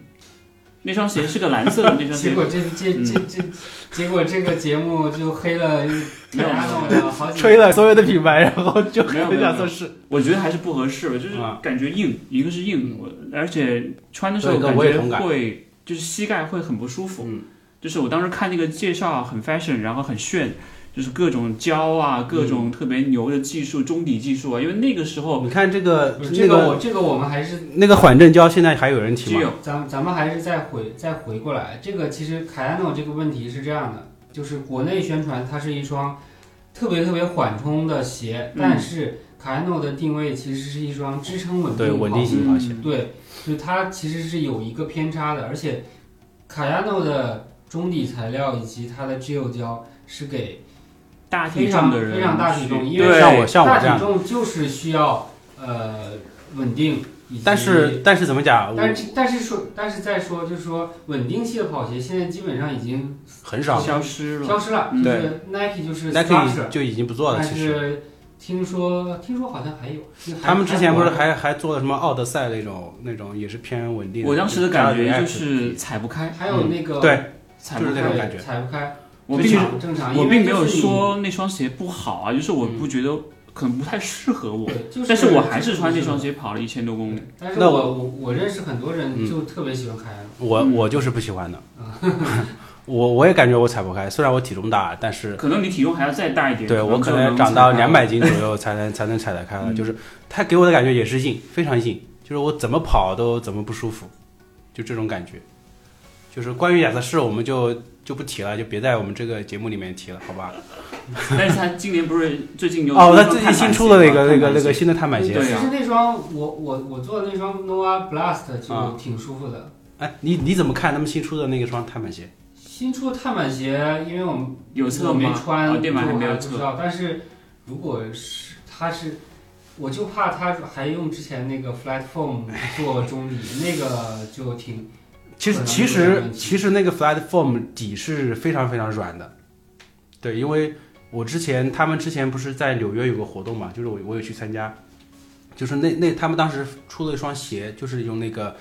S1: 那双鞋是个蓝色的那双
S3: 结
S1: 鞋。
S3: 果这这这这，结果这个节目就黑了特拉诺的好几
S2: 吹了所有的品牌，然后就
S1: 没有没
S2: 很
S1: 有
S2: 想 测试。
S1: 我觉得还是不合适，就是
S2: 啊
S1: 感觉硬，一个是硬，我而且穿的时候
S2: 对
S1: 感
S2: 我也
S1: 觉
S2: 同感
S1: 会就是膝盖会很不舒服。
S2: 嗯
S1: 就是我当时看那个介绍啊很 fashion，然后很炫，就是各种胶啊，各种
S2: 嗯
S1: 特别牛的技术，中底技术啊，因为那个时候
S2: 你看这个
S3: 不是
S2: 那
S3: 这个我
S2: 个
S3: 这个我们还是
S2: 那个缓震胶，现在还有人骑
S1: 只
S2: 吗？
S1: 有
S3: 咱咱们还是再回再回过来，这个其实凯亚诺这个问题是这样的，就是国内宣传它是一双特别特别缓冲的鞋，
S1: 嗯
S3: 但是卡亚诺的定位其实是一双支撑稳定
S2: 对
S3: 跑
S2: 稳定性跑鞋，
S3: 对，就它其实是有一个偏差的，而且卡亚诺的中底材料以及它的 G 右胶是给
S1: 大
S3: 非
S1: 体重
S3: 常
S1: 的人
S3: 非常大体重，因为
S1: 对
S2: 像我像我
S3: 大
S2: 这样
S3: 体，重就是需要呃稳定，以及
S2: 但是但是怎么讲，我
S3: 但是但是说但是再说就是说稳定系的跑鞋现在基本上已经
S2: 很少
S1: 消失了。
S3: 消失了，
S1: 嗯
S3: 就是 Nike 就是
S2: ，Nike
S3: Slasher，
S2: 就已经不做了。
S3: 但
S2: 其实
S3: 是听说听说好像还有，就还
S2: 他们之前不是
S3: 还
S2: 还还做了什么奥德赛那种那种也是偏稳定的。
S1: 我当时的感觉就
S2: 加了
S1: 是
S2: React
S1: 踩不开，
S3: 还有那
S2: 嗯
S3: 个、
S2: 对，
S1: 踩
S2: 就
S1: 不
S2: 是那
S1: 开
S2: 种。感觉
S3: 踩不开，
S1: 我
S3: 正
S1: 并
S3: 常正常，
S1: 我
S3: 因为
S1: 并没有
S3: 就是你
S1: 说那双鞋不好啊，就是我不觉得可能不太适合我，
S3: 对，就是
S1: 但是我还是穿那
S3: 这
S1: 双。鞋跑了一千多公里。
S3: 但是
S2: 那
S3: 我
S2: 我
S3: 我我认识很多人
S2: 嗯
S3: 就特别喜欢啊凯亚诺，
S2: 我
S1: 嗯
S2: 我就是不喜欢的， 我我也感觉我踩不开。虽然我体重大，但是
S1: 可能你体重还要再大一点，
S2: 对我可
S1: 就
S2: 能
S1: 能
S2: 长
S1: 踩
S2: 到
S1: 开
S2: 两百斤左右才能才能踩得开了，
S1: 嗯
S2: 就是它给我的感觉也是硬，非常硬，就是我怎么跑都怎么不舒服，就这种感觉。就是关于亚瑟士，我们就就不提了，就别在我们这个节目里面提了，好吧？
S1: 但是他今年不是最近又
S2: 哦，
S1: 出
S2: 他
S1: 了
S2: 最近
S1: 碳板
S2: 新
S1: 鞋
S2: 出的那
S1: 嘛
S2: 个那
S1: 碳
S2: 个
S1: 板
S2: 那个
S1: 鞋
S2: 新的碳板
S1: 对啊
S2: 鞋，
S3: 其实那双我我我做的那双 Nova Blast
S2: 啊
S3: 就挺舒服的。
S2: 哎，你你怎么看他们新出的那个双碳板鞋？
S3: 新出的碳板鞋，因为我们
S1: 有
S3: 我
S1: 测
S3: 没
S1: 吗？
S3: 穿，
S1: 哦对吧？
S3: 就
S1: 还
S3: 我
S1: 没有
S3: 不知
S1: 测。
S3: 道。但是如果是它是，我就怕它还用之前那个 Flat Foam 做中底，那个就挺
S2: 其实
S3: 可能
S2: 其
S3: 有点
S2: 实
S3: 问题
S2: 其实那个 Flat Foam 底是非常非常软的，对，因为我之前他们之前不是在纽约有个活动嘛，就是我我有去参加，就是那那他们当时出了一双鞋，就是用那个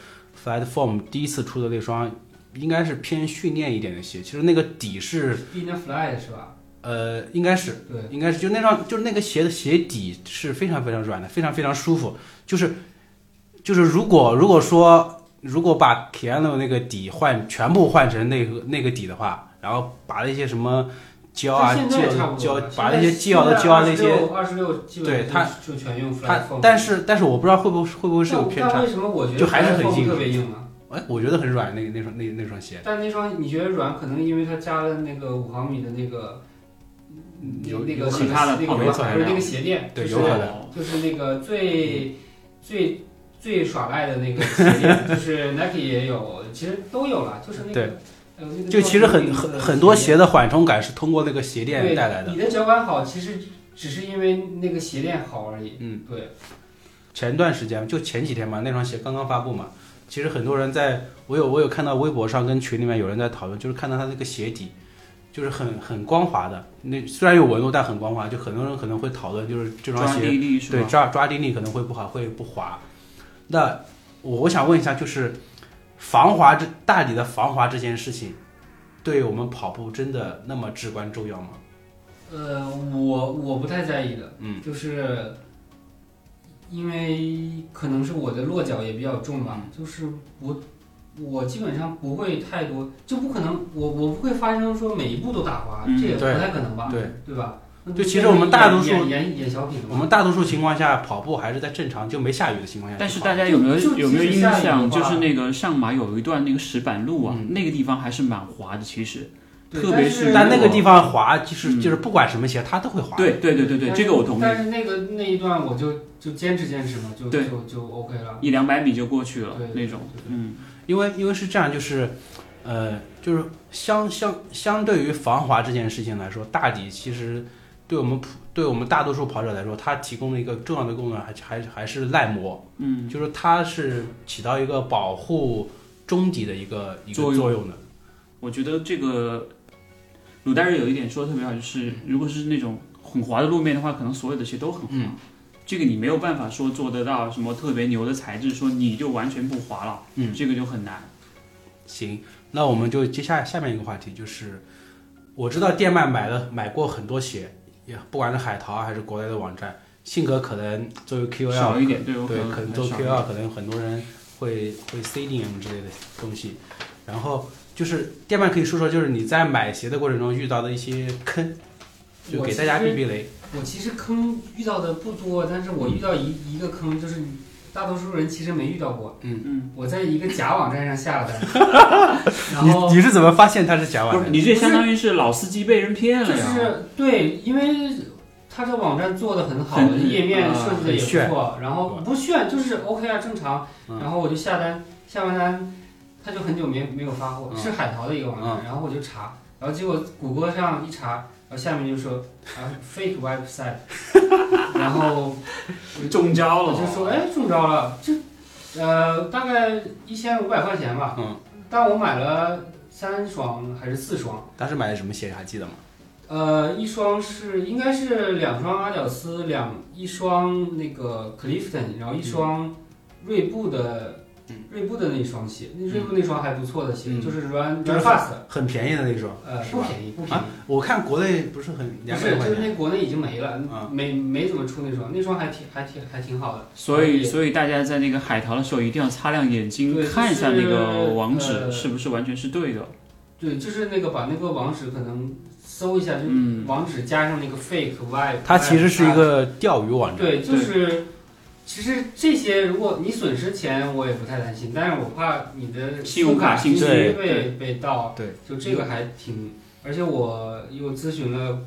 S2: Flat Foam 第一次出的那双，应该是偏训练一点的鞋，其实那个底是
S3: b i n Fly 是吧？
S2: 呃应该是
S3: 对。
S2: 应该是就那双就是那个鞋的鞋底是非常非常软的，非常非常舒服。就是就是如果如果说如果把 Kiano 那个底换全部换成那个那个底的话，然后把那些什么胶啊
S3: 它现在也差
S2: 胶
S3: 不多
S2: 胶
S3: 了，
S2: 把那些胶的胶啊那些，
S3: 二十六基
S2: 对
S3: 本
S2: 它
S3: 上就全用 Fly
S2: 它
S3: Foam，
S2: 但是但是我不知道会不会会不会是有
S3: 但
S2: 偏
S3: 但
S2: 差
S3: 为。什么我觉得
S2: 就还是很
S3: Fly Foam
S2: 硬
S3: 特别硬啊？
S2: 哎，我觉得很软那那双那那双鞋，
S3: 但那双你觉得软，可能因为它加了那个五毫米的那个，嗯
S2: 有
S3: 那
S2: 有
S3: 个
S2: 可
S3: 那
S1: 能
S3: 个那个
S1: 哦
S2: 没错
S3: 不是那个鞋垫，
S2: 对
S3: 就是
S2: 有可能
S3: 就是那个最最最耍赖的那个鞋垫，就是 Nike 也有，其实都有了，就是那个
S2: 对
S3: 呃那个
S2: 就其实很很很多鞋的缓冲感是通过那个鞋
S3: 对
S2: 垫带来的
S3: 你。的脚感好，其实只是因为那个鞋垫好而已。
S2: 嗯，
S3: 对。
S2: 前段时间就前几天嘛，那双鞋刚刚发布嘛，其实很多人在我有我有看到微博上跟群里面有人在讨论，就是看到它那个鞋底，就是很很光滑的，那虽然有纹路，但很光滑，就很多人可能会讨论，就是这双
S1: 抓
S2: 鞋
S1: 地力是
S2: 对
S1: 吧？
S2: 抓抓地力可能会不好，会不滑。那我我想问一下，就是防滑这大理的防滑这件事情，对我们跑步真的那么至关重要吗？
S3: 呃，我我不太在意的，
S2: 嗯，
S3: 就是因为可能是我的落脚也比较重吧，就是我我基本上不会太多，就不可能我我不会发生说每一步都打滑，
S1: 嗯
S3: 这也不
S2: 对
S3: 太可能吧，
S2: 对。
S3: 对吧？那
S2: 对其实我们大多数
S3: 演演演小品的嘛，
S2: 我们大多数情况下跑步还是在正常就没下雨的情况下去跑，
S1: 但是大家有没有
S3: 嗯就就
S1: 有没有
S3: 即使
S1: 印
S3: 下雨的
S1: 象？
S3: 话
S1: 就是那个上马有一段那个石板路啊，
S2: 嗯
S1: 那个地方还是蛮滑的。其实，
S3: 对
S1: 特别
S3: 但
S1: 是
S2: 但
S1: 如
S2: 那
S1: 果
S2: 个地方滑，就是
S1: 嗯
S2: 就是不管什么鞋，它都会滑。，
S1: 对对对对对，
S3: 但
S1: 这
S3: 是
S1: 个我同意。
S3: 嗯但是那个那一段我就就坚持坚持嘛，就
S1: 对
S3: 就就 OK 了，
S1: 一两百米就过去了
S3: 对
S1: 那种，。
S3: 对对
S1: 嗯，
S2: 因为因为是这样，就是，呃，就是相相相对于防滑这件事情来说，大底其实对我们普对我们大多数跑者来说，它提供了一个重要的功能，还还还是耐磨，
S1: 嗯，
S2: 就是它是起到一个保护中底的一个一个
S1: 作用
S2: 作用的。
S1: 我觉得这个鲁代日有一点说的特别好，
S3: 嗯
S1: 就是如果是那种很滑的路面的话，可能所有的鞋都很滑。
S2: 嗯
S1: 这个你没有办法说做得到什么特别牛的材质，说你就完全不滑了，
S2: 嗯
S1: 这个就很难。
S2: 行，那我们就接下下面一个话题，就是我知道店卖买了买过很多鞋，也不管是海淘啊还是国内的网站，性格可能作为 QL
S1: 少一点，对我
S2: 对，可
S1: 可能
S2: 能做
S1: 很少一点
S2: QL 可能很多人会会 CDM 之类的东西，然后就是店卖可以说说，就是你在买鞋的过程中遇到的一些坑，就
S3: 我
S2: 给
S3: 其
S2: 大家
S3: 实
S2: 避避雷。
S3: 我其实坑遇到的不多，但是我遇到一一个坑，就是大多数人其实没遇到过。
S4: 嗯，
S3: 我在一个假网站上下了单，然后
S2: 你你是怎么发现它是假网
S1: 不是
S2: 站？
S1: 你这相当于是老司机被人骗
S3: 就
S1: 了呀。
S3: 是对，因为它这网站做的很好，
S1: 很
S3: 页面设计的
S2: 很
S3: 也
S2: 炫
S3: 不错，然后不炫就是 OK 啊，正常。
S4: 嗯
S3: 然后我就下单，下完单，它就很久没没有发货，
S4: 嗯
S3: 是海淘的一个网站，然后我就查，然后结果谷歌上一查，然后下面就说啊 fake website，然后
S1: 中招
S3: 我就说哎中招了，这呃大概一千五百块钱吧，
S2: 嗯
S3: 但我买了三双还是四双。
S2: 当时买的什么鞋还记得吗？
S3: 呃，一双是应该是两双阿屌丝，两一双那个 Clifton，然后
S2: 嗯
S3: 一双锐步的，
S4: 嗯
S3: 锐步的那双鞋，那锐步那双还不错的鞋，
S2: 嗯
S3: 就是 Run
S2: 就是
S3: Run Fast，
S2: 很便宜的那双，
S3: 呃，
S2: 是
S3: 不
S2: 吧？
S3: 便宜，不便宜，
S2: 我看国内不是很
S3: 不
S2: 两
S3: 是
S2: 百，块
S3: 就是
S2: 钱，
S3: 那国内已经没了，
S2: 嗯
S3: 没没怎么出那双，那双还挺还挺还挺好的。
S1: 所以，
S3: 对
S1: 所以大家在那个海淘的时候一定要擦亮眼睛
S3: 对，
S1: 看一下那个网
S3: 就是
S1: 址
S3: 呃
S1: 是不是完全是对的。
S3: 对，就是那个把那个网址可能搜一下，就是
S1: 嗯
S3: 网址加上那哎个 fake y，
S2: 它其实是一个钓鱼网站。
S3: 对，就是其实这些，如果你损失钱，我也不太担心，但是我怕你的
S1: 信用卡
S3: 信息
S2: 信息
S3: 被被盗，
S2: 对，
S3: 就这个还挺，而且我又咨询了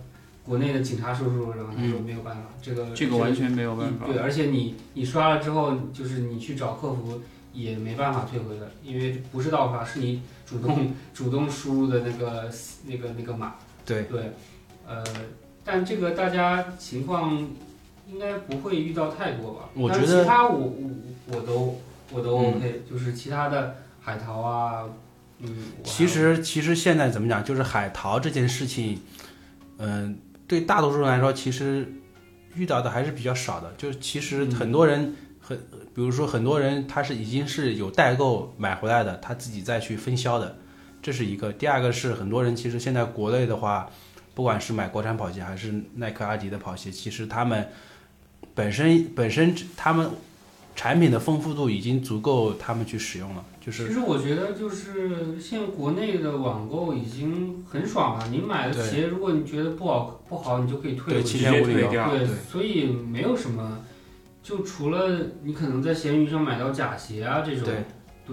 S3: 国内的警察叔叔，然后他说没有办法，这个
S1: 这个完全没有办法。
S3: 嗯对，而且你你刷了之后，就是你去找客服也没办法退回的，因为不是盗刷，是你 主动主动输入的那个那个那个码。
S2: 对
S3: 对，呃，但这个大家情况应该不会遇到太多吧？
S2: 我
S3: 但
S2: 觉得嗯
S3: 其他我我我都我都 OK，、就是其他的海淘啊，嗯，我还
S2: 其实其实现在怎么讲，就是海淘这件事情，嗯、对大多数人来说，其实遇到的还是比较少的。就是其实很多人很，比如说很多人他是已经是有代购买回来的，他自己再去分销的，这是一个。第二个是很多人其实现在国内的话，不管是买国产跑鞋还是耐克、阿迪的跑鞋，其实他们本身本身他们产品的丰富度已经足够他们去使用了，就是
S3: 其实我觉得就是现在国内的网购已经很爽了，你买的
S2: 对
S3: 鞋如果你觉得不好不好，你就可以退
S2: 对
S3: 回
S2: 七
S1: 直
S3: 去。
S1: 接
S2: 天无理
S1: 退
S2: 由。
S1: 掉
S3: 对
S2: 对，
S3: 所以没有什么，就除了你可能在闲鱼上买到假鞋啊这种，
S2: 对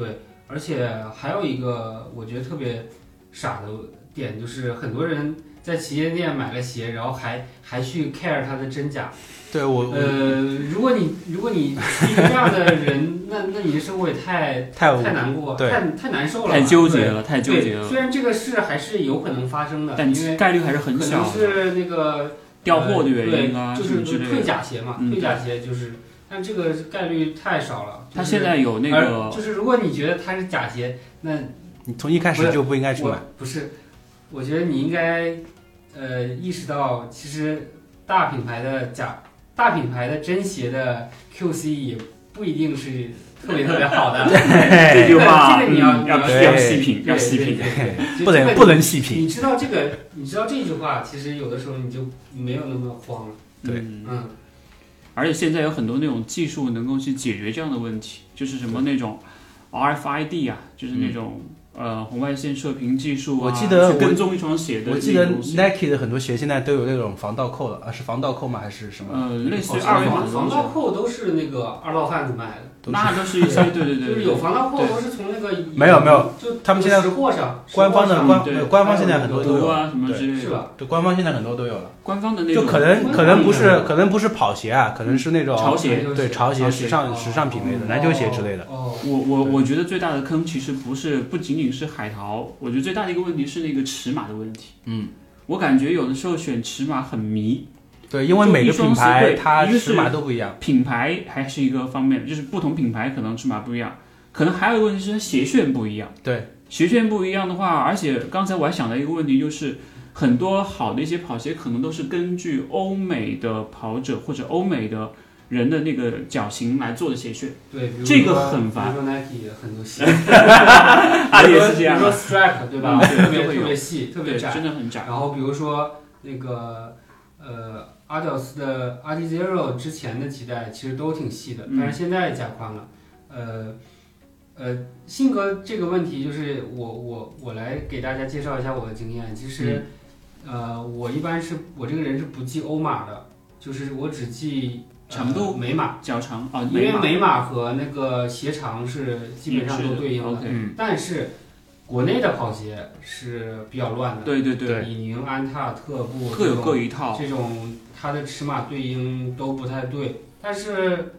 S3: 对而且还有一个我觉得特别傻的点就是很多人。在旗舰店买了鞋，然后还还去 care 它的真假。
S2: 对我我
S3: 呃，如果你如果你是一个这样的人，那那你的生活也太
S2: 太无
S3: 太难过，
S2: 对
S3: 太太难受了吧，
S1: 太纠结
S3: 对
S1: 了，太纠
S3: 对
S1: 结了，
S3: 虽然这个事还是有可能发生的，
S1: 但
S3: 因为
S1: 概率还是
S3: 可
S1: 很小
S3: 能
S1: 的。
S3: 是那个呃
S1: 调货的原因啊，
S3: 对就
S1: 什么
S3: 是
S1: 之类
S3: 退
S1: 的。
S3: 假鞋嘛，
S1: 嗯
S3: 退假鞋就是，但这个概率太少了。
S1: 他
S3: 就是
S1: 现在有那
S3: 而
S1: 个
S3: 就是如果你觉得它是假鞋，那
S2: 你从一开始就不应该去
S3: 我
S2: 买。
S3: 不是，我觉得你应该呃意识到，其实大品牌的假大品牌的真鞋的 QC 也不一定是特别特别好的。
S1: 这 句话，
S3: 这个你要
S1: 嗯要
S2: 对
S1: 要细品，
S3: 对
S1: 要细品。
S3: 对对
S2: 不
S3: 这
S2: 能
S3: 个
S2: 不能细品。
S3: 你知道这个，你知道这句话，其实有的时候你就没有那么慌了。
S2: 对
S1: 嗯
S3: 嗯，
S1: 而且现在有很多那种技术能够去解决这样的问题，就是什么那种 RFID 啊，就是那种、
S3: 嗯
S1: 呃红外线射频技术啊，
S2: 我记得
S1: 去
S2: 我
S1: 跟踪一双鞋的
S2: 我记
S1: 那
S2: 得
S1: 个东西
S2: Nike 的很多鞋现在都有那种防盗扣了，啊，是防盗扣吗？还是什么？
S1: 呃类似于
S3: 好
S1: 二
S3: 像
S1: 维码
S3: 防
S1: 的东
S3: 防
S1: 西
S3: 盗
S1: 啊，
S3: 扣都是那个二道贩子卖的，
S2: 都是
S1: 那都是一些对对
S3: 就
S1: 对
S3: 是
S1: 对
S3: 有
S1: 对。
S3: 防盗扣
S1: 对
S3: 都是从那个
S2: 没有没有，
S3: 就
S2: 他们现在
S3: 识货上，
S2: 官方的
S3: 识货
S2: 官
S3: 上
S1: 对
S2: 对官方现在很多都
S1: 毒
S2: 有，
S1: 啊什么之类
S3: 是
S1: 的，
S3: 吧？
S2: 对官方现在很多都有了。
S1: 官方的那种
S2: 就可能
S3: 官方
S2: 可能
S1: 应
S2: 不
S1: 该
S2: 是可能不是跑鞋啊，可能是那
S1: 潮
S2: 种
S1: 鞋
S2: 对潮鞋、
S1: 潮鞋哦
S2: 时尚时尚品类的篮球鞋之类的。
S3: 哦，
S1: 我我我觉得最大的坑其实不是不仅仅是海淘，我觉得最大的一个问题是那个尺码的问题。
S2: 嗯，
S1: 我感觉有的时候选尺码很迷，
S2: 对，因为每个品
S1: 就一双
S2: 牌
S1: 鞋对
S2: 它
S1: 一个是
S2: 尺码都不一样。
S1: 品牌还是一个方面，就是不同品牌可能尺码不一样，可能还有一个问题是它鞋楦不一样。
S2: 对，
S1: 鞋楦不一样的话，而且刚才我还想到一个问题，就是很多好的一些跑鞋可能都是根据欧美的跑者或者欧美的人的那个脚型来做的鞋 楦，
S3: 对，比如
S1: 这个
S3: 说
S1: 很烦
S3: 比如说 Nike 很 多鞋，
S1: 阿啊迪也是这样
S3: 比如
S1: 的，
S3: 说 Strike 对吧？
S1: 嗯对
S3: 特别
S1: 都会有
S3: 特别细，特别
S1: 对，
S3: 窄。
S1: 真的很窄。
S3: 然后比如说那个呃阿迪达斯的阿迪 Zero 之前的几代其实都挺细的，
S1: 嗯
S3: 但是现在加宽了。呃呃，性格这个问题就是我我我来给大家介绍一下我的经验。其
S1: 嗯
S3: 实、呃我一般是我这个人是不记欧码的，就是我只记
S1: 长
S3: 呃
S1: 度
S3: 每马，
S1: 脚长啊，
S3: 因为
S1: 马
S3: 每马和那个鞋长是基本上都对应的，
S1: OK，
S4: 嗯，
S3: 但是国内的跑鞋是比较乱的，
S1: 对对对，
S3: 李宁、安踏、特步
S1: 各有各
S3: 一
S1: 一套，
S3: 这种它的尺码对应都不太对，但是。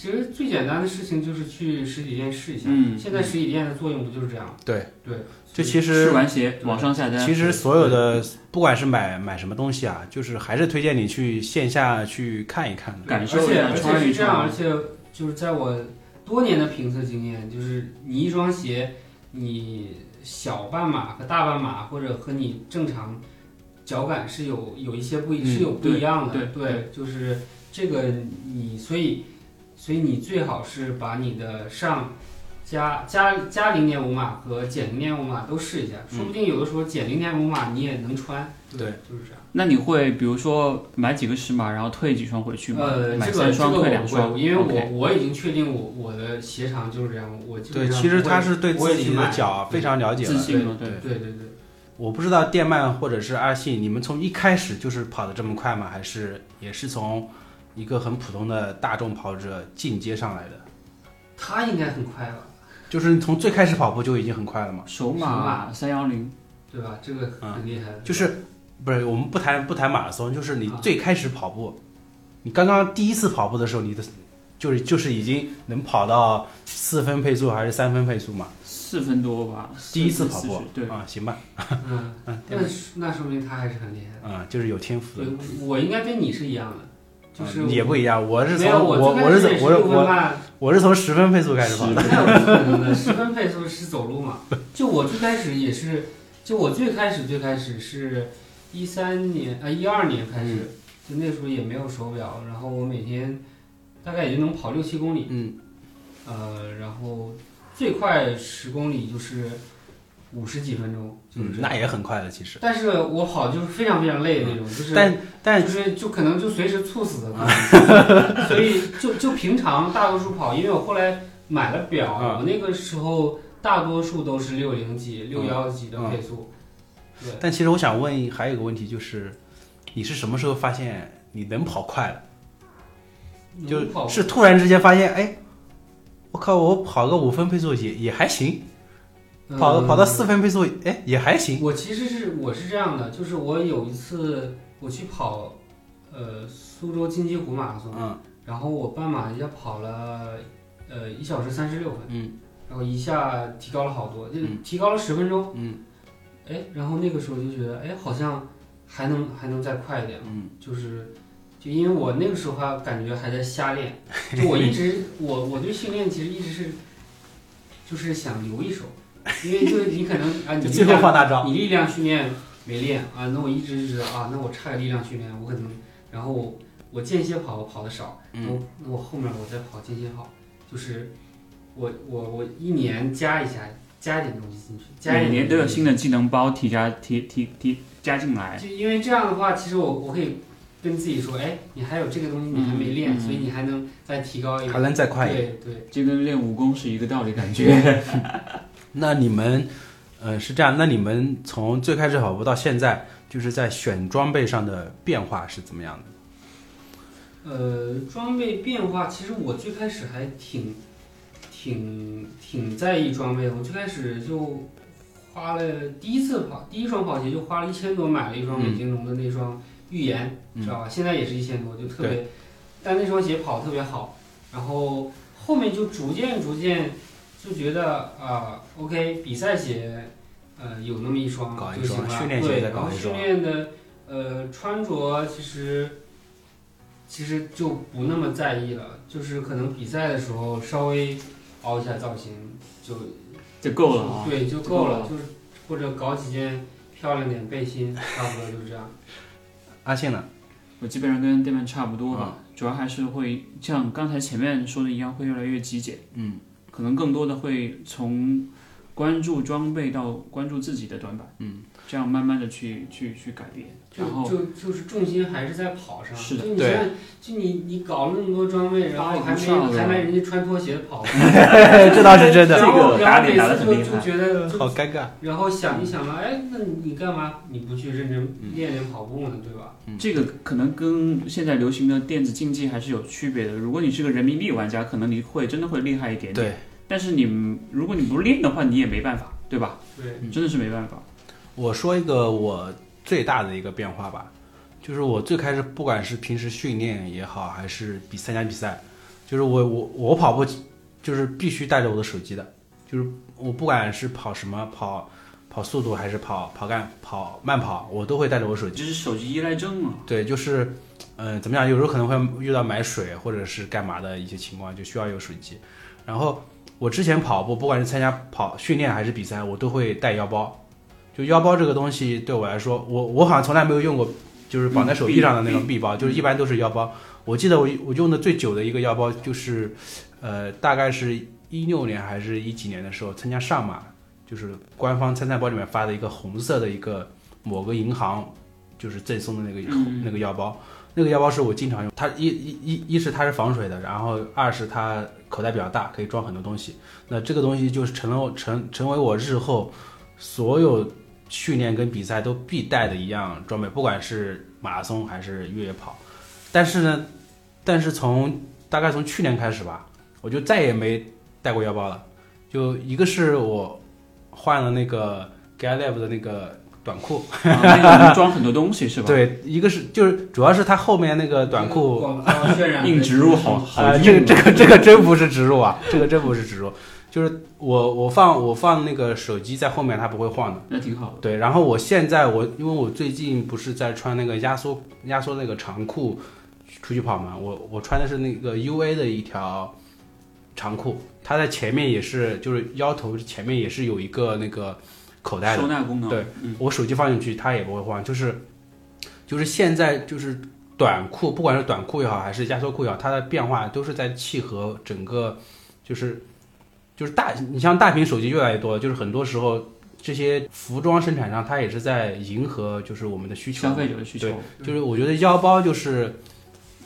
S3: 其实最简单的事情就是去实体店试一下。
S1: 嗯
S3: 现在实体店的作用不就是这样？
S2: 对
S3: 对，
S2: 就其
S1: 试
S2: 实
S1: 完鞋网上下单，
S2: 其实所有的不管是买买什么东西啊，就是还是推荐你去线下去看一看的。
S1: 感受
S3: 而
S1: 一
S3: 且
S1: 下
S3: 而且
S1: 穿一
S3: 是这样，
S1: 穿
S3: 而且就是在我多年的评测经验，就是你一双鞋，你小半码和大半码，或者和你正常脚感是有有一些不一、
S2: 嗯
S3: 是有不一样的。
S1: 对对
S3: 就是这个你，所以所以你最好是把你的上。加加加零点五码和减零点五码都试一下，说
S1: 嗯
S3: 不定有的时候减零点五码你也能穿。
S2: 对，
S3: 就是这样。
S1: 那你会比如说买几个尺码，然后退几双回去吗？
S3: 呃，
S1: 买
S3: 这个
S1: 三
S3: 这
S1: 双
S3: 个
S1: 退
S3: 我
S1: 两
S3: 不
S1: 双，
S3: 会，因为我
S1: OK
S3: 我已经确定我我的鞋长就是这样，我基本
S2: 对，
S3: 上
S2: 其实
S3: 不
S2: 他
S3: 会
S2: 是对自己的脚非常了解
S1: 自
S2: 了。
S1: 信了，对。
S3: 对对对，
S2: 我不知道电鳗或者是阿信，你们从一开始就是跑得这么快吗？还是也是从一个很普通的大众跑者进阶上来的？
S3: 他应该很快吧，
S2: 就是你从最开始跑步就已经很快了嘛？
S1: 首
S3: 首
S1: 马
S3: 马
S1: 三幺零，
S3: 对吧？这个很厉害的，
S2: 嗯就是不是我们不谈不谈马拉松，就是你
S3: 啊
S2: 最开始跑步，你刚刚第一次跑步的时候，你的就是就是已经能跑到四分配速还是三分配速嘛？
S1: 四分多吧，
S2: 第一次
S1: 四
S2: 跑步
S1: 40对，
S2: 啊，行吧，
S3: 嗯，那是那说明他还是很厉害的。
S2: 啊，就是有天赋的
S3: 对。，我应该跟你是一样的，就是
S2: 啊也不一样，我是
S3: 没
S2: 从
S3: 有
S2: 我
S3: 最
S2: 我
S3: 开
S2: 是
S3: 始
S2: 从
S3: 也
S2: 我是
S3: 六分
S2: 我
S3: 半，
S2: 我是从十分配速开始跑的，
S3: 那我不可能的，十分配速是走路嘛？就我最开始也是，就我最开始最开始是一三年啊一二年开
S2: 嗯
S3: 始，就那时候也没有手表，然后我每天大概也就能跑六七公里，
S2: 嗯，
S3: 呃，然后最快十公里就是五十几分钟，就是
S2: 嗯，
S3: 这样。
S2: 那也很快了其实。
S3: 但是我跑就是非常非常累的那种，就是
S2: 但但
S3: 就是就可能就随时猝死的 那种，所以就就平常大多数跑，因为我后来买了表，
S2: 啊
S3: 我那个时候大多数都是六零几、六幺几
S2: 啊
S3: 的配速，对，
S2: 但其实我想问还有一个问题就是，你是什么时候发现你能跑快了？就
S3: 能跑
S2: 是突然之间发现，哎，我靠，我跑个五分配速也也还行，跑
S3: 嗯
S2: 跑到四分配速，哎，也还行。
S3: 我其实是我是这样的，就是我有一次我去跑，呃，苏州金鸡湖马拉松，
S2: 嗯
S3: 然后我半马一下跑了，呃，一小时三十六分，
S2: 嗯，
S3: 然后一下提高了好多，就
S2: 嗯
S3: 提高了十分钟，
S2: 嗯
S3: 哎，然后那个时候就觉得，哎，好像还能还能再快一点，
S2: 嗯，
S3: 就是就因为我那个时候还感觉还在瞎 练，就我一直我我对训练其实一直是就是想留一手，因为就你可能啊，你
S2: 就
S3: 力
S2: 最后
S3: 量
S2: 放大招。
S3: 你力量训练没练啊，那我一直知道啊，那我差个力量训练，我可能，然后我我间歇跑我跑的少，
S1: 嗯
S3: 那我那我后面我再跑间歇跑，就是我我我一年加一下，加一点东西进去，加一
S1: 每
S3: 点
S1: 年都有新
S3: 的，
S1: 的技能包提加提提提加进来，
S3: 就因为这样的话，其实我我可以跟自己说，哎，你还有这个东西你还没练，
S1: 嗯嗯
S3: 所以你还能再提高一
S2: 还
S3: 点，
S2: 能再快一点。
S3: 对对，
S1: 这跟练武功是一个道理，感 觉。
S2: 那你们，呃，是这样，那你们从最开始跑步到现在，就是在选装备上的变化是怎么样的？
S3: 呃，装备变化，其实我最开始还挺、挺、挺在意装备的。我最开始就花了第一次跑第一双跑鞋就花了一千多买了一双
S2: 嗯
S3: 美津浓的那双预言，
S2: 嗯
S3: 知道吧？现在也是一千多，就特别，但那双鞋跑得特别好。然后后面就逐渐逐渐就觉得啊、o k 比赛鞋，呃，有那么一双
S2: 搞一
S3: 就行
S2: 双
S3: 了。
S2: 训练鞋
S3: 对，
S2: 再
S3: 然
S2: 搞
S3: 后
S2: 一
S3: 训
S2: 双
S3: 练的呃穿着其实。其实就不那么在意了，就是可能比赛的时候稍微凹一下造型就
S1: 就够了啊！
S3: 对，就
S1: 就
S3: 够
S1: 够
S3: 了，
S1: 了
S3: 就是或者搞几件漂亮点背心，差不多就是这样。
S2: 阿信呢？
S1: 我基本上跟电鳗差不多
S2: 啊
S1: 吧，主要还是会像刚才前面说的一样，会越来越极简。
S2: 嗯，
S1: 可能更多的会从关注装备到关注自己的短板。
S2: 嗯，
S1: 这样慢慢的去去去改变，
S3: 就
S1: 然后
S3: 就就是重心还是在跑上，
S1: 是的
S3: 就你
S2: 对
S3: 看，就你你搞了那么多装备，然后还
S1: 发育不
S3: 没
S1: 上
S3: 还
S1: 了
S3: 没人家穿拖鞋跑，
S2: 这倒是真的，
S4: 这
S3: 然后
S4: 个
S3: 然
S4: 打
S3: 后
S4: 脸打得很
S3: 每次
S4: 厉
S3: 就
S4: 害
S3: 就觉得
S2: 好
S3: 就，
S2: 尴尬。
S3: 然后想一想了，哎，那你干嘛你不去认真练练跑步呢，对吧？
S1: 这个可能跟现在流行的电子竞技还是有区别的。如果你是个人民币玩家，可能你会真的会厉害一点点。
S2: 对，
S1: 但是你如果你不练的话，你也没办法，对吧？
S3: 对，
S1: 真的是没办法。
S2: 我说一个我最大的一个变化吧，就是我最开始不管是平时训练也好，还是比参加比赛，就是我我我跑步就是必须带着我的手机的，就是我不管是跑什么跑跑速度还是跑跑干跑慢跑，我都会带着我手机。
S1: 这是手机依赖症 啊。
S2: 对，就是，嗯、怎么讲？有时候可能会遇到买水或者是干嘛的一些情况，就需要有手机。然后我之前跑步，不管是参加跑训练还是比赛，我都会带腰包。就腰包这个东西对我来说，我我好像从来没有用过，就是绑在手臂上的那种臂包，就是一般都是腰包。我记得我我用的最久的一个腰包就是，呃，大概是一六年还是一几年的时候参加上马，就是官方参赛包里面发的一个红色的一个某个银行就是赠送的那个、
S1: 嗯
S2: 那个腰包，那个腰包是我经常用，它一一一一是它是防水的，然后二是它口袋比较大，可以装很多东西。那这个东西就是成了我成成为我日后所有训练跟比赛都必带的一样装备，不管是马拉松还是越野跑。但是呢，但是从大概从去年开始吧，我就再也没带过腰包了。就一个是我换了那个 g a l a b 的那个短裤，
S1: 啊那个能装很多东西是吧？，
S2: 对，一个是就是主要是它后面那个短裤
S3: 广告渲染
S1: 硬植入好好
S2: 啊，
S1: 硬
S2: 这个这
S1: 啊
S2: 个这个真不是植入啊，这个真不是植入，就是我我放我放那个手机在后面，它不会晃的。
S1: 那挺好的。
S2: 对，然后我现在我因为我最近不是在穿那个压缩压缩那个长裤出去跑嘛，我我穿的是那个 U A 的一条长裤，它在前面也是就是腰头前面也是有一个那个口袋的
S1: 收，纳功能。
S2: 对，
S1: 嗯，
S2: 我手机放进去，它也不会晃，就是就是现在就是短裤，不管是短裤也好，还是压缩裤也好，它的变化都是在契合整个，就是就是大，你像大屏手机越来越多，就是很多时候这些服装生产商它也是在迎合就是我们的需求
S1: 消费者的需求
S2: 对。就是我觉得腰包就是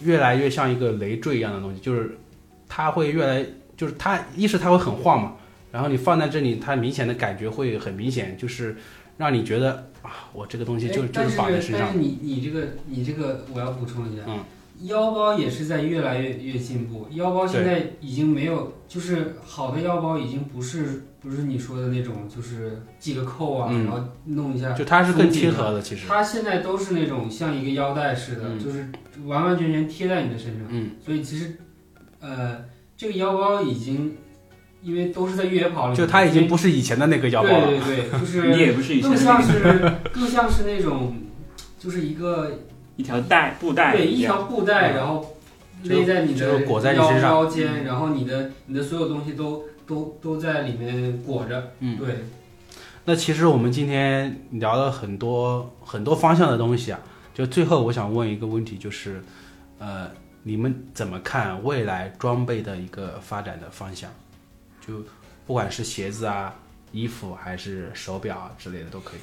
S2: 越来越像一个累赘一样的东西，就是它会越来，就是它一是它会很晃嘛，然后你放在这里，它明显的感觉会很明显，就是让你觉得啊，我这个东西就
S3: 哎
S2: 就
S3: 但
S2: 是
S3: 是
S2: 绑在身
S3: 但
S2: 上
S3: 是你你这个你这个我要补充一下，
S2: 嗯
S3: 腰包也是在越来越越进步，腰包现在已经没有，就是好的腰包已经不是不是你说的那种，就是系个扣啊，
S2: 嗯
S3: 然后弄一下
S2: 的，，就它是更贴合的，其实，
S3: 它现在都是那种像一个腰带似的，
S2: 嗯
S3: 就是完完全全贴在你的身上，
S2: 嗯，
S3: 所以其实呃这个腰包已经因为都是在越野跑里面，
S2: 就它已经不是以前的那个腰包了，
S3: 对对 对，就是
S1: 你也不是以前
S3: 更
S1: 的
S3: 像
S1: 那个
S3: 是更像是那种，就是一个
S1: 一条带布 带
S3: 对
S1: 一
S3: 一
S1: 样，嗯
S3: 条布带，然后勒在你
S2: 就
S3: 的
S2: 是裹在你
S3: 腰
S2: 身上嗯
S3: 腰间，然后你的你的所有东西都都都在里面裹着。
S2: 嗯
S3: 对，
S2: 那其实我们今天聊了很多很多方向的东西啊，就最后我想问一个问题，就是，呃，你们怎么看未来装备的一个发展的方向？就不管是鞋子啊、衣服还是手表啊之类的都可以。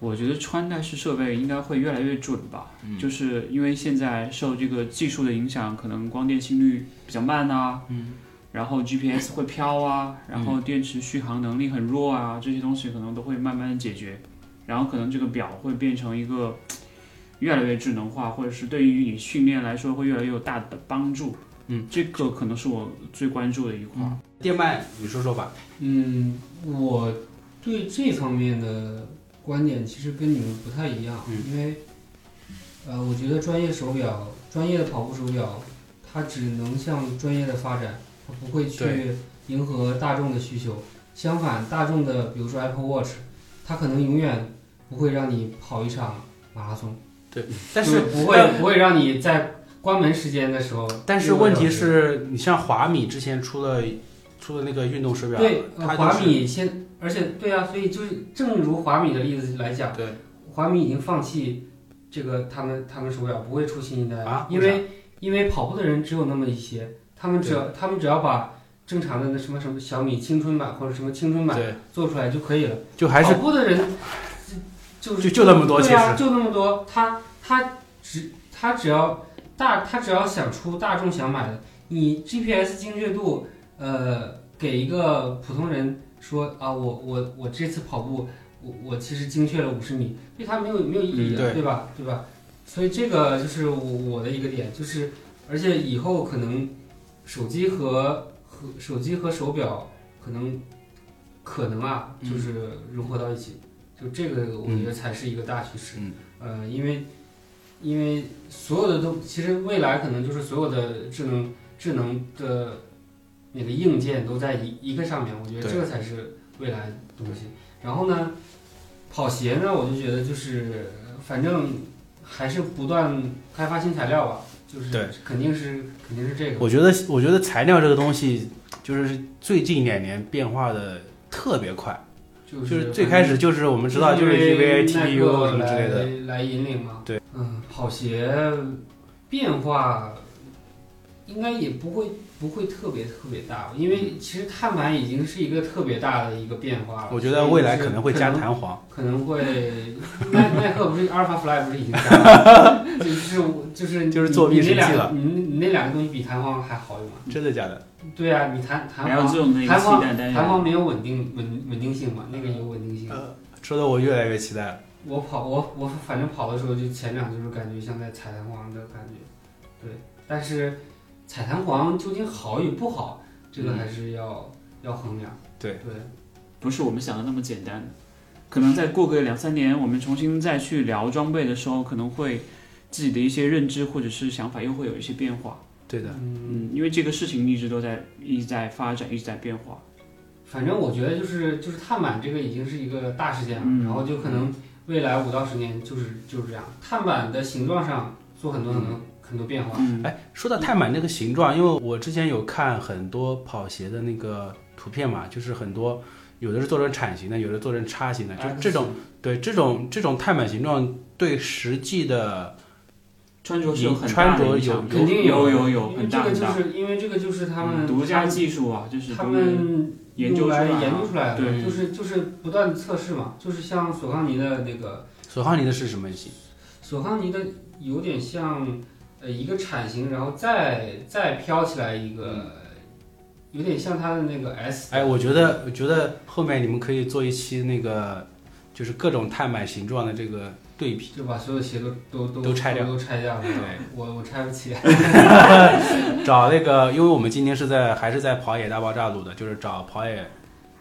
S1: 我觉得穿戴式设备应该会越来越准吧，就是因为现在受这个技术的影响，可能光电心率比较慢啊，嗯，然后 GPS 会飘啊，然后电池续航能力很弱啊，这些东西可能都会慢慢的解决，然后可能这个表会变成一个嘖越来越智能化，或者是对于你训练来说会越来越有大的帮助，
S2: 嗯，
S1: 这个可能是我最关注的一块儿。
S2: 电鳗，你说说吧。
S3: 嗯，我对这方面的观点其实跟你们不太一样，
S2: 嗯
S3: 因为呃，我觉得专业手表、专业的跑步手表，它只能向专业的发展，它不会去
S2: 对
S3: 迎合大众的需求。相反，大众的，比如说 Apple Watch，它可能永远不会让你跑一场马拉松，
S2: 但
S3: 就是不会不会让你在关门时间的时候。
S2: 但是问题，是你像华米之前出了出了那个运动手表，
S3: 对，呃
S2: 它
S3: 华
S2: 啊就是
S3: 米先，而且对啊，所以就是正如华米的例子来讲，
S2: 对
S3: 华米已经放弃这个他们他们手表不会出新一代了
S2: 啊
S3: 因为因为跑步的人只有那么一些，他们只要他们只要把正常的那什么什么小米青春版或者什么青春版
S2: 对，
S3: 做出来就可以了。
S2: 就还是
S3: 跑步的人就是
S2: 就就那么多
S3: 对啊
S2: 其
S3: 就那么多。他他只他只要大他只要想出大众想买的，你 GPS 精确度，呃，给一个普通人说啊，我我我这次跑步，我我其实精确了五十米，对他没有没有意
S2: 嗯
S3: 义啊，
S2: 对
S3: 对吧？对吧？所以这个就是我我的一个点，就是而且以后可能手机和和手机和手表可能可能啊，
S4: 嗯
S3: 就是融合到一起，就这个我觉得才是一个大趋势。
S4: 嗯
S3: 呃，因为因为所有的都其实未来可能就是所有的智能智能的那个硬件都在一一个上面，我觉得
S2: 对
S3: 这个才是未来的东西。然后呢，跑鞋呢，我就觉得就是呃反正还是不断开发新材料吧，就是
S2: 对
S3: 肯定是肯定是这个。
S2: 我觉得，我觉得材料这个东西，就是最近两年变化的特别快。
S3: 就
S2: 就是是最开始就是我们知道就是 E
S3: 因为
S2: GVA、
S3: 耐
S2: TPU
S3: 克
S2: 什么之类的，
S3: 来来引领嘛。
S2: 对，
S3: 嗯，跑鞋变化应该也不会不会特别特别大，因为其实碳板已经是一个特别大的一个变化了。
S2: 我觉得未来
S3: 所以
S2: 可
S3: 就是
S2: 能会加弹簧。
S3: 可能会耐耐克不是阿尔法 fly 不是已经加了吗，就是我就是
S2: 就是作弊
S3: 你
S2: 时
S3: 你
S2: 期
S3: 那两
S2: 了
S3: 你那你那两个东西比弹簧还好用吗？
S2: 真的假的？
S3: 对啊，你弹弹
S4: 还有
S3: 簧
S4: 这种那个
S3: 弹簧
S4: 期待单
S3: 弹簧
S4: 元，
S3: 没有稳定稳稳定性嘛，那个有稳定性。
S2: 呃，说的我越来越期待了。
S3: 我跑我我反正跑的时候就前掌就是感觉像在踩弹簧的感觉，对。但是踩弹簧究竟好与不好，这
S1: 嗯
S3: 个还是要、要衡量。
S2: 对
S3: 对，
S1: 不是我们想的那么简单的。可能再过个两三年，我们重新再去聊装备的时候，可能会自己的一些认知或者是想法又会有一些变化。
S2: 对的，
S1: 嗯，因为这个事情一直都在一直在发展，一直在变化。
S3: 反正我觉得就是就是碳板这个已经是一个大事件了，
S1: 嗯
S3: 然后就可能未来五到十年就是就是这样，碳板的形状上做很多很多、很多变化。
S1: 嗯，
S2: 哎，说到碳板这个形状，因为我之前有看很多跑鞋的那个图片嘛，就是很多有的是做成铲型的，有的做成叉型的，就是这种对这种这种碳板形状对实际的
S1: 穿着是有很大
S2: 穿
S1: 的
S2: 着
S1: 影响
S3: 肯定
S1: 有有
S3: 有
S1: 有
S3: 因为
S1: 很
S3: 这
S1: 大
S3: 个
S1: 很
S3: 就
S1: 大。
S3: 是因为这个就是他
S1: 嗯
S3: 们、
S1: 独家技术啊，就是
S3: 他
S1: 都是
S3: 们
S1: 研究
S3: 用
S1: 出
S3: 来
S1: 来
S3: 研究
S1: 啊
S3: 出来的，
S1: 对
S3: 就是就是不断的测试嘛，就是像索康尼的那个，
S2: 索康尼的是什么型？
S3: 索康尼的有点像呃一个铲型，然后再再飘起来一个，有点像它的那个 S，
S2: 哎，我觉得我觉得后面你们可以做一期那个就是各种碳板形状的这个对比。
S3: 就把所有鞋都都都
S2: 都拆掉
S3: 都拆掉了
S2: 对。
S3: 我我拆不起，啊
S2: 找那个，因为我们今天是在还是在跑野大爆炸录的，就是找跑野，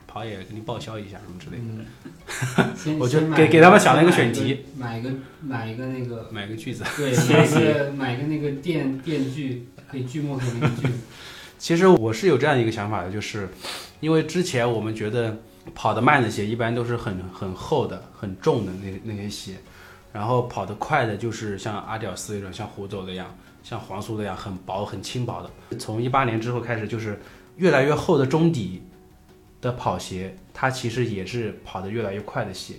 S2: 跑野给你报销一下什么之类的。
S3: 嗯，先
S2: 我就
S3: 先买
S2: 给
S3: 一个
S2: 给他们想了一个
S3: 先
S2: 选题
S3: 买一个，买一个买 一个那个
S2: 买个句子。
S3: 对，买一个买一个那个电电锯，可以锯木头那个锯，
S2: 其实我是有这样一个想法的，就是因为之前我们觉得跑得慢的鞋一般都是很很厚的、很重的那那些鞋，然后跑得快的就是像阿屌丝那种，像胡走那样，像黄苏那样很薄、很轻薄的。从一八年之后开始，就是越来越厚的中底的跑鞋，它其实也是跑得越来越快的鞋。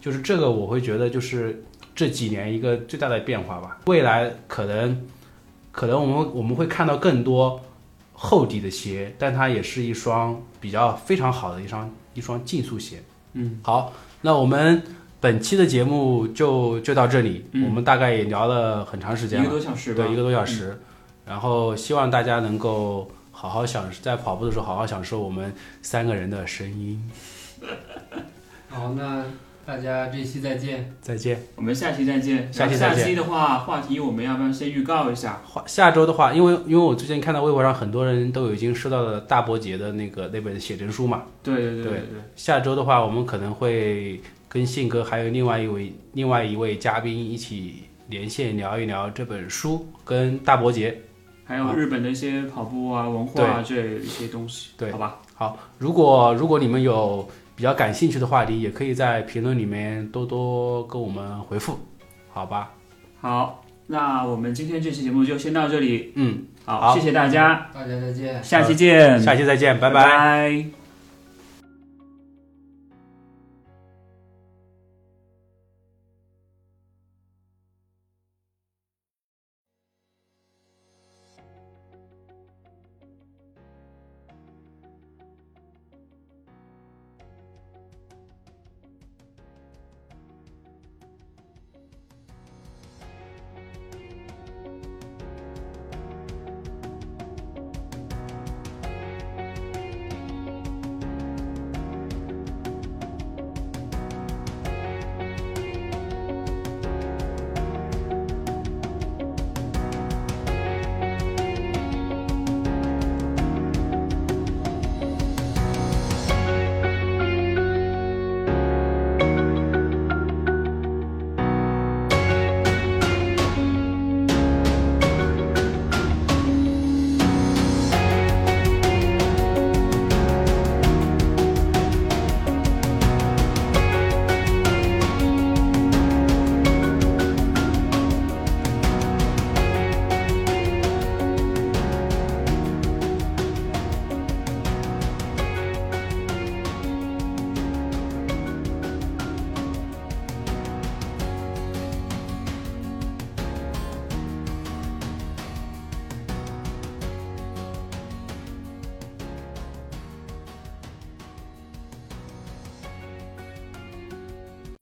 S2: 就是这个，我会觉得就是这几年一个最大的变化吧。未来可能可能我们我们会看到更多。厚底的鞋，但它也是一双比较非常好的一双一双竞速鞋。
S1: 嗯，
S2: 好，那我们本期的节目就就到这里，
S1: 嗯
S2: 我们大概也聊了很长时间
S1: 一
S2: 了，
S1: 个多小时吧
S2: 对，一。个多小时。然后希望大家能够好好享受，在跑步的时候好好享受我们三个人的声音。
S3: 好，那大家这期再见。
S2: 再见。
S1: 我们下期再见。
S2: 下期再
S1: 下
S2: 见
S1: 期的话，话题我们要不要先预告一下？
S2: 话下周的话，因为因为我最近看到微博上很多人都已经收到了大伯节的那个那本写真书嘛，
S1: 对对对
S2: 对
S1: 对。
S2: 下周的话，我们可能会跟信哥还有另外一位另外一位嘉宾一起连线聊一聊这本书跟大伯节。
S1: 还有日本的一些跑步啊、文化啊这一些东西，
S2: 对
S1: 好吧？
S2: 好，如果如果你们有比较感兴趣的话题，也可以在评论里面多多跟我们回复，好吧？
S1: 好，那我们今天这期节目就先到这里，
S2: 嗯，
S1: 好，
S2: 好
S1: 谢谢大家，
S3: 大家再见。
S1: 下期见，
S2: 下期再见，拜
S1: 拜